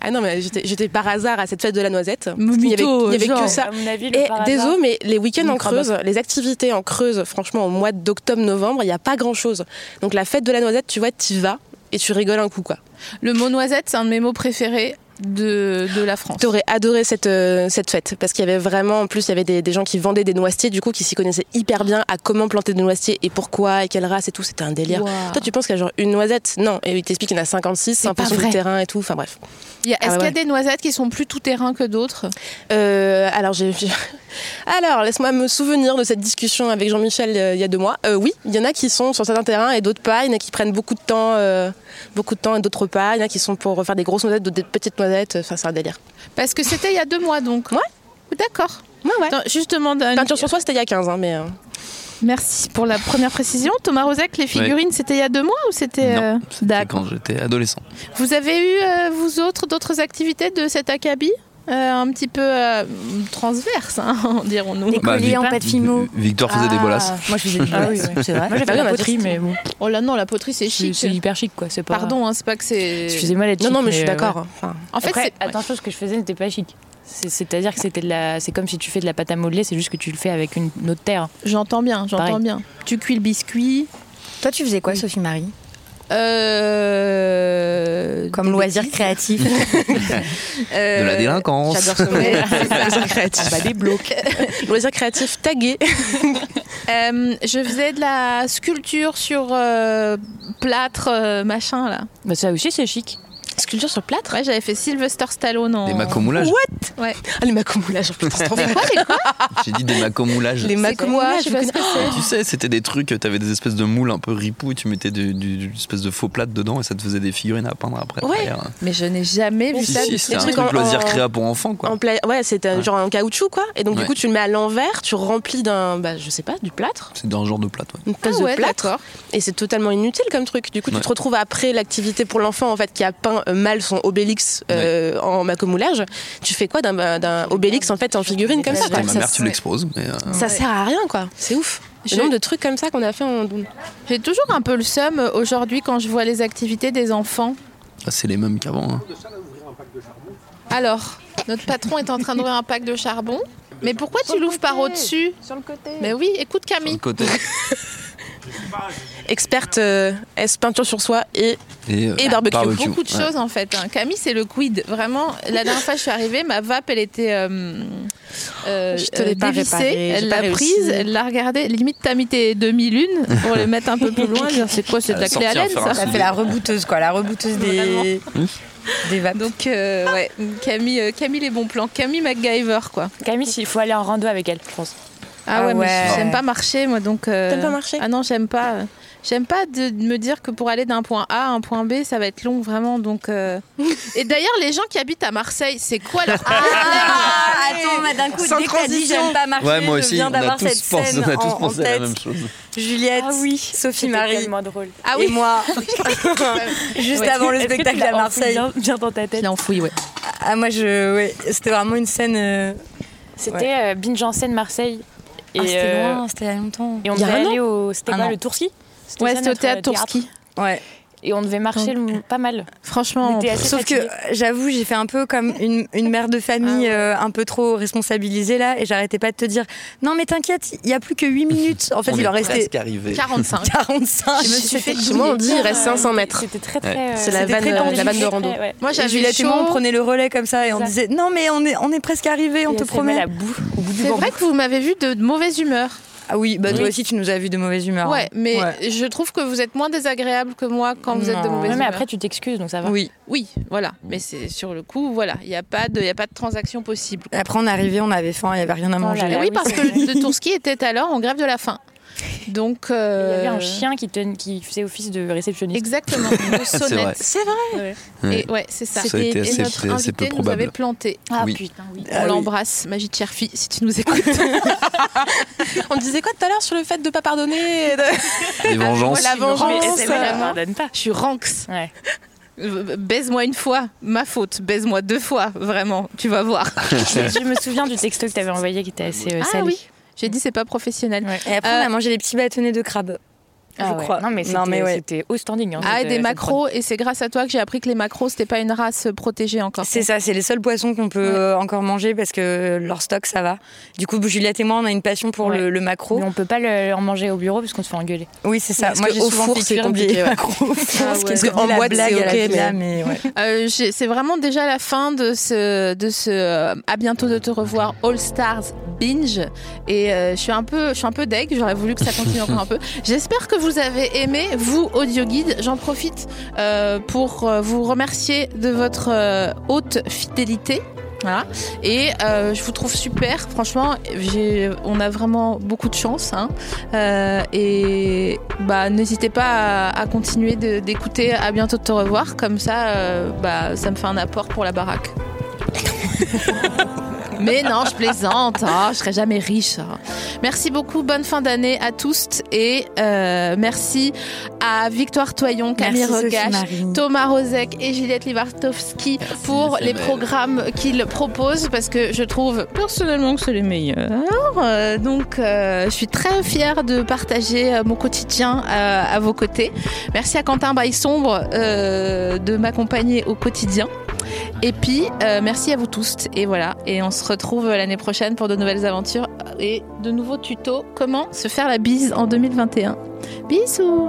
Speaker 4: Ah non, mais j'étais j'étais par hasard à cette fête de la noisette.
Speaker 1: Mais
Speaker 4: Il y avait,
Speaker 1: mytho,
Speaker 4: il y avait que
Speaker 1: genre.
Speaker 4: ça.
Speaker 5: mon avis,
Speaker 4: Et désolé, mais les week-ends en
Speaker 5: Micro
Speaker 4: Creuse, les activités en Creuse, franchement, au mois d'octobre-novembre, il n'y a pas grand-chose. Donc la fête de la noisette, tu vois, t'y vas et tu rigoles un coup, quoi.
Speaker 1: faire. Le mot noisette, c'est un de mes mots préférés de, de la France.
Speaker 4: T'aurais adoré cette, euh, cette fête parce qu'il y avait vraiment, en plus, il y avait des, des gens qui vendaient des noisetiers, du coup, qui s'y connaissaient hyper bien à comment planter des noisetiers et pourquoi et quelle race et tout. C'était un délire.
Speaker 1: Waouh.
Speaker 4: Toi, tu penses qu'il y a genre une noisette Non, et il t'explique qu'il y en a 56, c'est un peu
Speaker 1: pas
Speaker 4: sur le
Speaker 1: vrai.
Speaker 4: terrain et tout. Enfin bref.
Speaker 1: Il y a- Est-ce
Speaker 4: Ah ouais,
Speaker 1: qu'il y a
Speaker 4: ouais.
Speaker 1: des noisettes qui sont plus tout terrain que d'autres
Speaker 4: Euh, alors, j'ai. j'ai- Alors, laisse-moi me souvenir de cette discussion avec Jean-Michel euh, il y a deux mois. Euh, oui, il y en a qui sont sur certains terrains et d'autres pas. Il y en a qui prennent beaucoup de temps, euh, beaucoup de temps et d'autres pas. Il y en a qui sont pour faire des grosses noisettes, d'autres des petites noisettes. Enfin, c'est un délire.
Speaker 1: Parce que c'était il y a deux mois, donc. Oh,
Speaker 4: Ouais.
Speaker 1: D'accord.
Speaker 4: Ouais, ouais.
Speaker 1: Attends, je demande à une-
Speaker 4: Peinture sur soi, c'était il y a 15 ans, mais. euh,
Speaker 1: Merci pour la première précision. Thomas Rozek, les figurines, c'était il y a deux mois ou c'était... euh,
Speaker 2: Non, c'était
Speaker 1: D'accord.
Speaker 2: quand j'étais adolescent.
Speaker 1: Vous avez eu, euh, vous autres, d'autres activités de cet acabit Euh, Un petit peu euh, transverse, hein, dirons-nous.
Speaker 3: Des colliers en
Speaker 2: Bah, Vic-
Speaker 3: pâte fimo.
Speaker 2: Victoire faisait des bolasses.
Speaker 3: Moi, je faisais des
Speaker 5: Ah oui,
Speaker 3: bolasses, c'est vrai.
Speaker 5: Moi, j'ai
Speaker 4: Bah
Speaker 5: fait
Speaker 4: oui, on
Speaker 5: la
Speaker 4: a
Speaker 5: poterie,
Speaker 4: tous-
Speaker 5: mais bon,
Speaker 1: Oh là non, la poterie, c'est
Speaker 5: c'est
Speaker 1: chic.
Speaker 5: c'est hyper chic, quoi. C'est pas.
Speaker 1: Pardon, hein, c'est pas que c'est...
Speaker 5: Excusez-moi d'être
Speaker 4: Non, non,
Speaker 5: chic,
Speaker 4: mais je suis
Speaker 5: euh,
Speaker 4: d'accord.
Speaker 5: ouais.
Speaker 4: Enfin,
Speaker 1: En fait,
Speaker 5: Après,
Speaker 1: c'est...
Speaker 5: attention, ce que je faisais n'était pas chic. C'est- C'est-à-dire que c'était de la, c'est comme si tu fais de la pâte à modeler, c'est juste que tu le fais avec une, une autre terre.
Speaker 1: J'entends bien, j'entends
Speaker 5: Pareil.
Speaker 1: bien. Tu cuis le biscuit.
Speaker 3: Toi, tu faisais quoi, Sophie Marie
Speaker 1: Euh...
Speaker 3: Comme
Speaker 1: des
Speaker 3: loisir
Speaker 1: bêtises.
Speaker 3: créatif
Speaker 1: Euh,
Speaker 2: De la délinquance.
Speaker 4: j'adore ce mot.
Speaker 1: Ouais, c'est ça.
Speaker 4: Loisir créatif. Loisir créatif tagué.
Speaker 1: Euh, je faisais de la sculpture sur euh, plâtre, euh, machin là.
Speaker 5: Bah, ça aussi, c'est chic.
Speaker 1: Sculpture sur plâtre Ouais, j'avais fait Sylvester Stallone en.
Speaker 2: Des macomoulages.
Speaker 1: What Ouais.
Speaker 4: Ah, les macomoulages, putain, c'est trop bien.
Speaker 1: Quoi, les quoi
Speaker 2: J'ai dit des macomoulages.
Speaker 4: Les
Speaker 1: quoi
Speaker 4: macomoulages,
Speaker 1: Je sais pas ce que c'est.
Speaker 2: Tu sais, c'était des trucs, t'avais des espèces de moules un peu ripoux et tu mettais du, du- du- une espèce de faux plate dedans et ça te faisait des figurines à peindre après.
Speaker 4: Ouais.
Speaker 2: derrière.
Speaker 1: Mais je n'ai jamais vu
Speaker 2: Si,
Speaker 1: ça.
Speaker 2: si, c'était
Speaker 4: des
Speaker 2: un
Speaker 4: trucs
Speaker 2: truc
Speaker 4: en-
Speaker 2: loisir
Speaker 4: en-
Speaker 2: créa pour enfants, quoi.
Speaker 4: En pla- Ouais, c'est euh,
Speaker 2: Ouais.
Speaker 4: genre en caoutchouc, quoi. Et donc,
Speaker 2: Ouais.
Speaker 4: du coup, tu le mets à l'envers, tu remplis d'un, bah, je sais pas, du plâtre,
Speaker 2: C'est d'un genre de plate, ouais.
Speaker 4: une pièce
Speaker 1: Ah ouais,
Speaker 4: de plâtre.
Speaker 1: d'accord.
Speaker 4: Et c'est totalement inutile comme truc. Du coup, tu
Speaker 2: Ouais.
Speaker 4: te retrouves après l'activité pour l'enfant, en fait, qui a peint euh, mal son obélix euh, en macomoulage. Tu fais quoi d'un- bah, d'un obélix, en fait, en figurine comme ça
Speaker 2: C'était
Speaker 4: quoi
Speaker 2: ma
Speaker 4: Ça-
Speaker 2: mère, tu l'exposes, mais. euh,
Speaker 4: Ça sert à rien, quoi. C'est ouf.
Speaker 1: Je-
Speaker 4: Le nombre de trucs comme ça qu'on a fait en.
Speaker 1: J'ai toujours un peu le seum euh, aujourd'hui quand je vois les activités des enfants.
Speaker 2: ah, c'est les mêmes qu'avant. hein.
Speaker 1: Alors, notre patron est en train d'ouvrir un pack de charbon. Mais pourquoi tu l'ouvres par au-dessus Sur le côté. Mais oui, écoute
Speaker 2: Sur
Speaker 1: Camille.
Speaker 2: le côté.
Speaker 4: Experte euh, S peinture sur soi et
Speaker 2: Et, euh,
Speaker 4: Et barbecue.
Speaker 1: Beaucoup de
Speaker 2: ouais.
Speaker 1: choses en fait. hein. Camille, c'est le quid. Vraiment, la dernière fois que je suis arrivée, ma vape, elle était euh, euh,
Speaker 3: Je te l'ai
Speaker 1: euh,
Speaker 3: pas
Speaker 1: dévissée.
Speaker 3: réparée, j'ai
Speaker 1: Elle
Speaker 3: pas
Speaker 1: l'a
Speaker 3: réussi.
Speaker 1: prise, elle l'a regardée. Limite, t'as mis tes demi-lunes pour les mettre un peu plus loin. Genre, C'est quoi C'est de la
Speaker 2: Elle a
Speaker 1: clé Allen
Speaker 2: sorti un hein. fer à
Speaker 1: ça
Speaker 3: Ça fait la rebouteuse, quoi, la rebouteuse des, des vapes.
Speaker 1: Donc, euh, ouais, Camille, euh, Camille les bons plans. Camille MacGyver, quoi.
Speaker 5: Camille, il faut aller en rando avec elle, je pense.
Speaker 1: Ah,
Speaker 3: Ah
Speaker 1: ouais, mais
Speaker 3: ouais.
Speaker 1: j'aime pas marcher, moi, donc. euh,
Speaker 4: T'aimes pas marcher
Speaker 1: Ah non, j'aime pas. euh, J'aime pas de de me dire que pour aller d'un point A à un point B, ça va être long, vraiment. Donc. euh. Et d'ailleurs, les gens qui habitent à Marseille, c'est quoi leur
Speaker 3: Ah, attends, mais d'un coup,
Speaker 4: Sans
Speaker 3: dès que t'as dit
Speaker 4: transition.
Speaker 3: j'aime pas marcher,
Speaker 2: Ouais, moi
Speaker 3: je
Speaker 2: aussi,
Speaker 3: viens
Speaker 2: on a
Speaker 3: d'avoir
Speaker 2: tous
Speaker 3: cette
Speaker 2: pensé,
Speaker 3: scène
Speaker 2: on a tous
Speaker 3: en, en
Speaker 2: pensé à la
Speaker 3: tête.
Speaker 2: même chose.
Speaker 5: Ah
Speaker 4: Ah
Speaker 3: Juliette, Sophie Marie
Speaker 5: drôle.
Speaker 1: Ah oui.
Speaker 3: et moi, juste
Speaker 5: Ouais.
Speaker 3: avant le
Speaker 5: Est-ce que tu
Speaker 3: spectacle
Speaker 5: l'as
Speaker 3: à
Speaker 5: enfoui
Speaker 3: Marseille.
Speaker 5: Bien, bien dans ta tête.
Speaker 1: Là, enfouie, ouais.
Speaker 3: Ah, moi, je, ouais, c'était vraiment une scène. euh,
Speaker 5: C'était
Speaker 3: Ouais.
Speaker 5: euh, Binge en scène Marseille. Et,
Speaker 3: ah, c'était
Speaker 5: euh,
Speaker 3: loin, c'était il y a longtemps.
Speaker 5: et on
Speaker 3: Il y a
Speaker 5: devait
Speaker 3: un
Speaker 5: aller
Speaker 3: an. Ah
Speaker 5: au. C'était
Speaker 3: Un
Speaker 5: quoi,
Speaker 3: an.
Speaker 5: le Tourcy C'était
Speaker 1: Ouais,
Speaker 5: ça,
Speaker 1: c'était au
Speaker 5: notre
Speaker 1: théâtre Tourski.
Speaker 3: Ouais.
Speaker 5: Et on devait marcher le- pas mal.
Speaker 1: Franchement,
Speaker 5: On
Speaker 1: on-
Speaker 5: était assez
Speaker 3: Sauf que euh,
Speaker 5: fatigués.
Speaker 3: j'avoue, j'ai fait un peu comme une, une mère de
Speaker 5: Ah
Speaker 3: famille euh, un peu trop responsabilisée là, et j'arrêtais pas de te dire Non, mais t'inquiète, il y a plus que 8 minutes. En fait,
Speaker 2: On
Speaker 3: il
Speaker 2: est
Speaker 3: en restait
Speaker 2: presque arrivé.
Speaker 1: 45.
Speaker 3: 45.
Speaker 1: Je me suis fait
Speaker 4: Chez moi, on dit il reste 500 mètres.
Speaker 5: C'était très très. euh,
Speaker 2: Ouais.
Speaker 4: C'est la
Speaker 3: c'était
Speaker 4: vanne,
Speaker 3: très
Speaker 4: euh, la
Speaker 3: tendu.
Speaker 4: vanne de rando.
Speaker 5: Ouais.
Speaker 1: Moi,
Speaker 3: Et
Speaker 1: j'avais
Speaker 3: Juliette et moi, on
Speaker 1: chaud.
Speaker 3: prenait le relais comme ça et on
Speaker 5: Ça.
Speaker 3: disait Non, mais on est, on est presque arrivé, on
Speaker 5: Et
Speaker 3: te
Speaker 5: elle s'est mis
Speaker 3: promet.
Speaker 5: la boue au bout du
Speaker 1: C'est
Speaker 5: bambou.
Speaker 1: vrai que vous m'avez vu de, de mauvaise humeur.
Speaker 3: Ah oui, bah toi aussi, tu nous as vu de mauvaise
Speaker 5: Ah,
Speaker 3: humeur.
Speaker 1: ouais,
Speaker 3: hein.
Speaker 1: mais
Speaker 3: Ouais.
Speaker 1: je trouve que vous êtes moins désagréable que moi quand vous êtes de
Speaker 3: Non.
Speaker 1: mauvaise
Speaker 5: Ouais, mais
Speaker 1: humeur.
Speaker 5: après tu t'excuses donc ça va.
Speaker 3: Oui.
Speaker 1: Oui, voilà. Mais c'est sur le coup, voilà. Il n'y a, pas de- il y a pas de transaction possible.
Speaker 3: Après, on est arrivé, on avait faim, il n'y avait rien à manger.
Speaker 5: Oh là là.
Speaker 1: Mais oui,
Speaker 5: Ah, oui,
Speaker 1: parce
Speaker 5: c'est
Speaker 1: que
Speaker 5: vrai.
Speaker 1: le Tourski était alors en grève de la faim. Donc.
Speaker 5: Et Il y
Speaker 1: euh,
Speaker 5: avait un chien qui, ten- qui faisait office de réceptionniste.
Speaker 1: Exactement, une sonnette.
Speaker 4: C'est vrai.
Speaker 1: Et ouais, c'est ça.
Speaker 2: Ça a été
Speaker 1: et
Speaker 2: assez-
Speaker 1: notre
Speaker 2: c'est assez peu
Speaker 1: invité nous
Speaker 2: probable.
Speaker 1: avait planté.
Speaker 5: Ah
Speaker 2: Oui.
Speaker 5: putain, oui.
Speaker 3: Ah
Speaker 1: on
Speaker 3: oui.
Speaker 1: l'embrasse, Magie Cherfi, si tu nous écoutes.
Speaker 4: On disait quoi tout à l'heure sur le fait de pas pardonner et de-
Speaker 2: Les vengeances.
Speaker 1: la
Speaker 3: Oh,
Speaker 5: Mais
Speaker 1: vengeance.
Speaker 5: c'est vrai,
Speaker 1: euh,
Speaker 5: on pardonne pas.
Speaker 1: Je suis ranx.
Speaker 5: Ouais.
Speaker 1: Euh, Baise-moi une fois, ma faute. Baise-moi deux fois, vraiment. Tu vas voir.
Speaker 5: Je me souviens du texto que t'avais envoyé qui était assez euh,
Speaker 1: Ah
Speaker 5: salé.
Speaker 1: oui. J'ai dit c'est pas professionnel.
Speaker 5: Ouais.
Speaker 3: Et après, on
Speaker 1: Euh,
Speaker 3: a mangé des petits bâtonnets de crabe.
Speaker 5: Ah
Speaker 3: je
Speaker 5: ouais.
Speaker 3: crois.
Speaker 5: Non mais c'était
Speaker 3: Non, mais ouais.
Speaker 5: c'était au standing. hein,
Speaker 1: Ah, et
Speaker 5: cette-
Speaker 1: des
Speaker 5: cette
Speaker 1: macros, et c'est grâce à toi que j'ai appris que les macros, c'était pas une race protégée encore.
Speaker 3: C'est ça, c'est les seuls poissons qu'on peut euh, encore manger parce que leur stock, ça va. Du coup, Juliette et moi, on a une passion pour
Speaker 5: Ouais.
Speaker 3: le, le
Speaker 5: prod.
Speaker 3: macro.
Speaker 5: Mais on peut pas le- en manger au bureau parce qu'on se fait engueuler.
Speaker 3: Oui, c'est ça.
Speaker 4: Parce
Speaker 3: moi,
Speaker 4: que
Speaker 3: j'ai
Speaker 4: au
Speaker 3: souvent
Speaker 4: four,
Speaker 3: fait
Speaker 4: c'est
Speaker 3: cuire
Speaker 4: compliqué,
Speaker 3: des
Speaker 4: ouais.
Speaker 3: macros au four,
Speaker 4: Ah
Speaker 3: ce qui
Speaker 4: ouais.
Speaker 3: était
Speaker 4: Parce qu'en
Speaker 3: la
Speaker 4: boîte, c'est
Speaker 3: blague à la
Speaker 4: ok,
Speaker 3: Fnac, mais ouais.
Speaker 1: Euh, j'ai- c'est vraiment déjà la fin de ce, de ce euh, à bientôt de te revoir All Stars binge et euh, je suis un peu je suis un peu deg j'aurais voulu que ça continue encore un peu j'espère que vous avez aimé vous audio guide j'en profite euh, pour euh, vous remercier de votre euh, haute fidélité voilà. Et euh, je vous trouve super, franchement, j'ai- on a vraiment beaucoup de chance. hein. Euh, et bah, n'hésitez pas à, à continuer de- d'écouter. À bientôt de te revoir. Comme ça, euh, bah, ça me fait un apport pour la baraque. Mais non, je plaisante. hein, je serai jamais riche. hein. Merci beaucoup. Bonne fin d'année à tous. Et euh, merci à Victoire Toyon, Camille
Speaker 3: Merci, Sophie
Speaker 1: Regache,
Speaker 3: Marie.
Speaker 1: Thomas Rozek et Juliette Livartowski pour
Speaker 2: c'est
Speaker 1: les
Speaker 2: belle.
Speaker 1: programmes qu'ils proposent parce que je trouve personnellement que c'est les meilleurs. Euh, donc euh, je suis très fière de partager euh, mon quotidien euh, à vos côtés. Merci à Quentin Bail Sombre euh, de m'accompagner au quotidien. Et puis euh, merci à vous tous et voilà et on se retrouve l'année prochaine pour de nouvelles aventures et de nouveaux tutos comment se faire la bise en 2021. Bisous.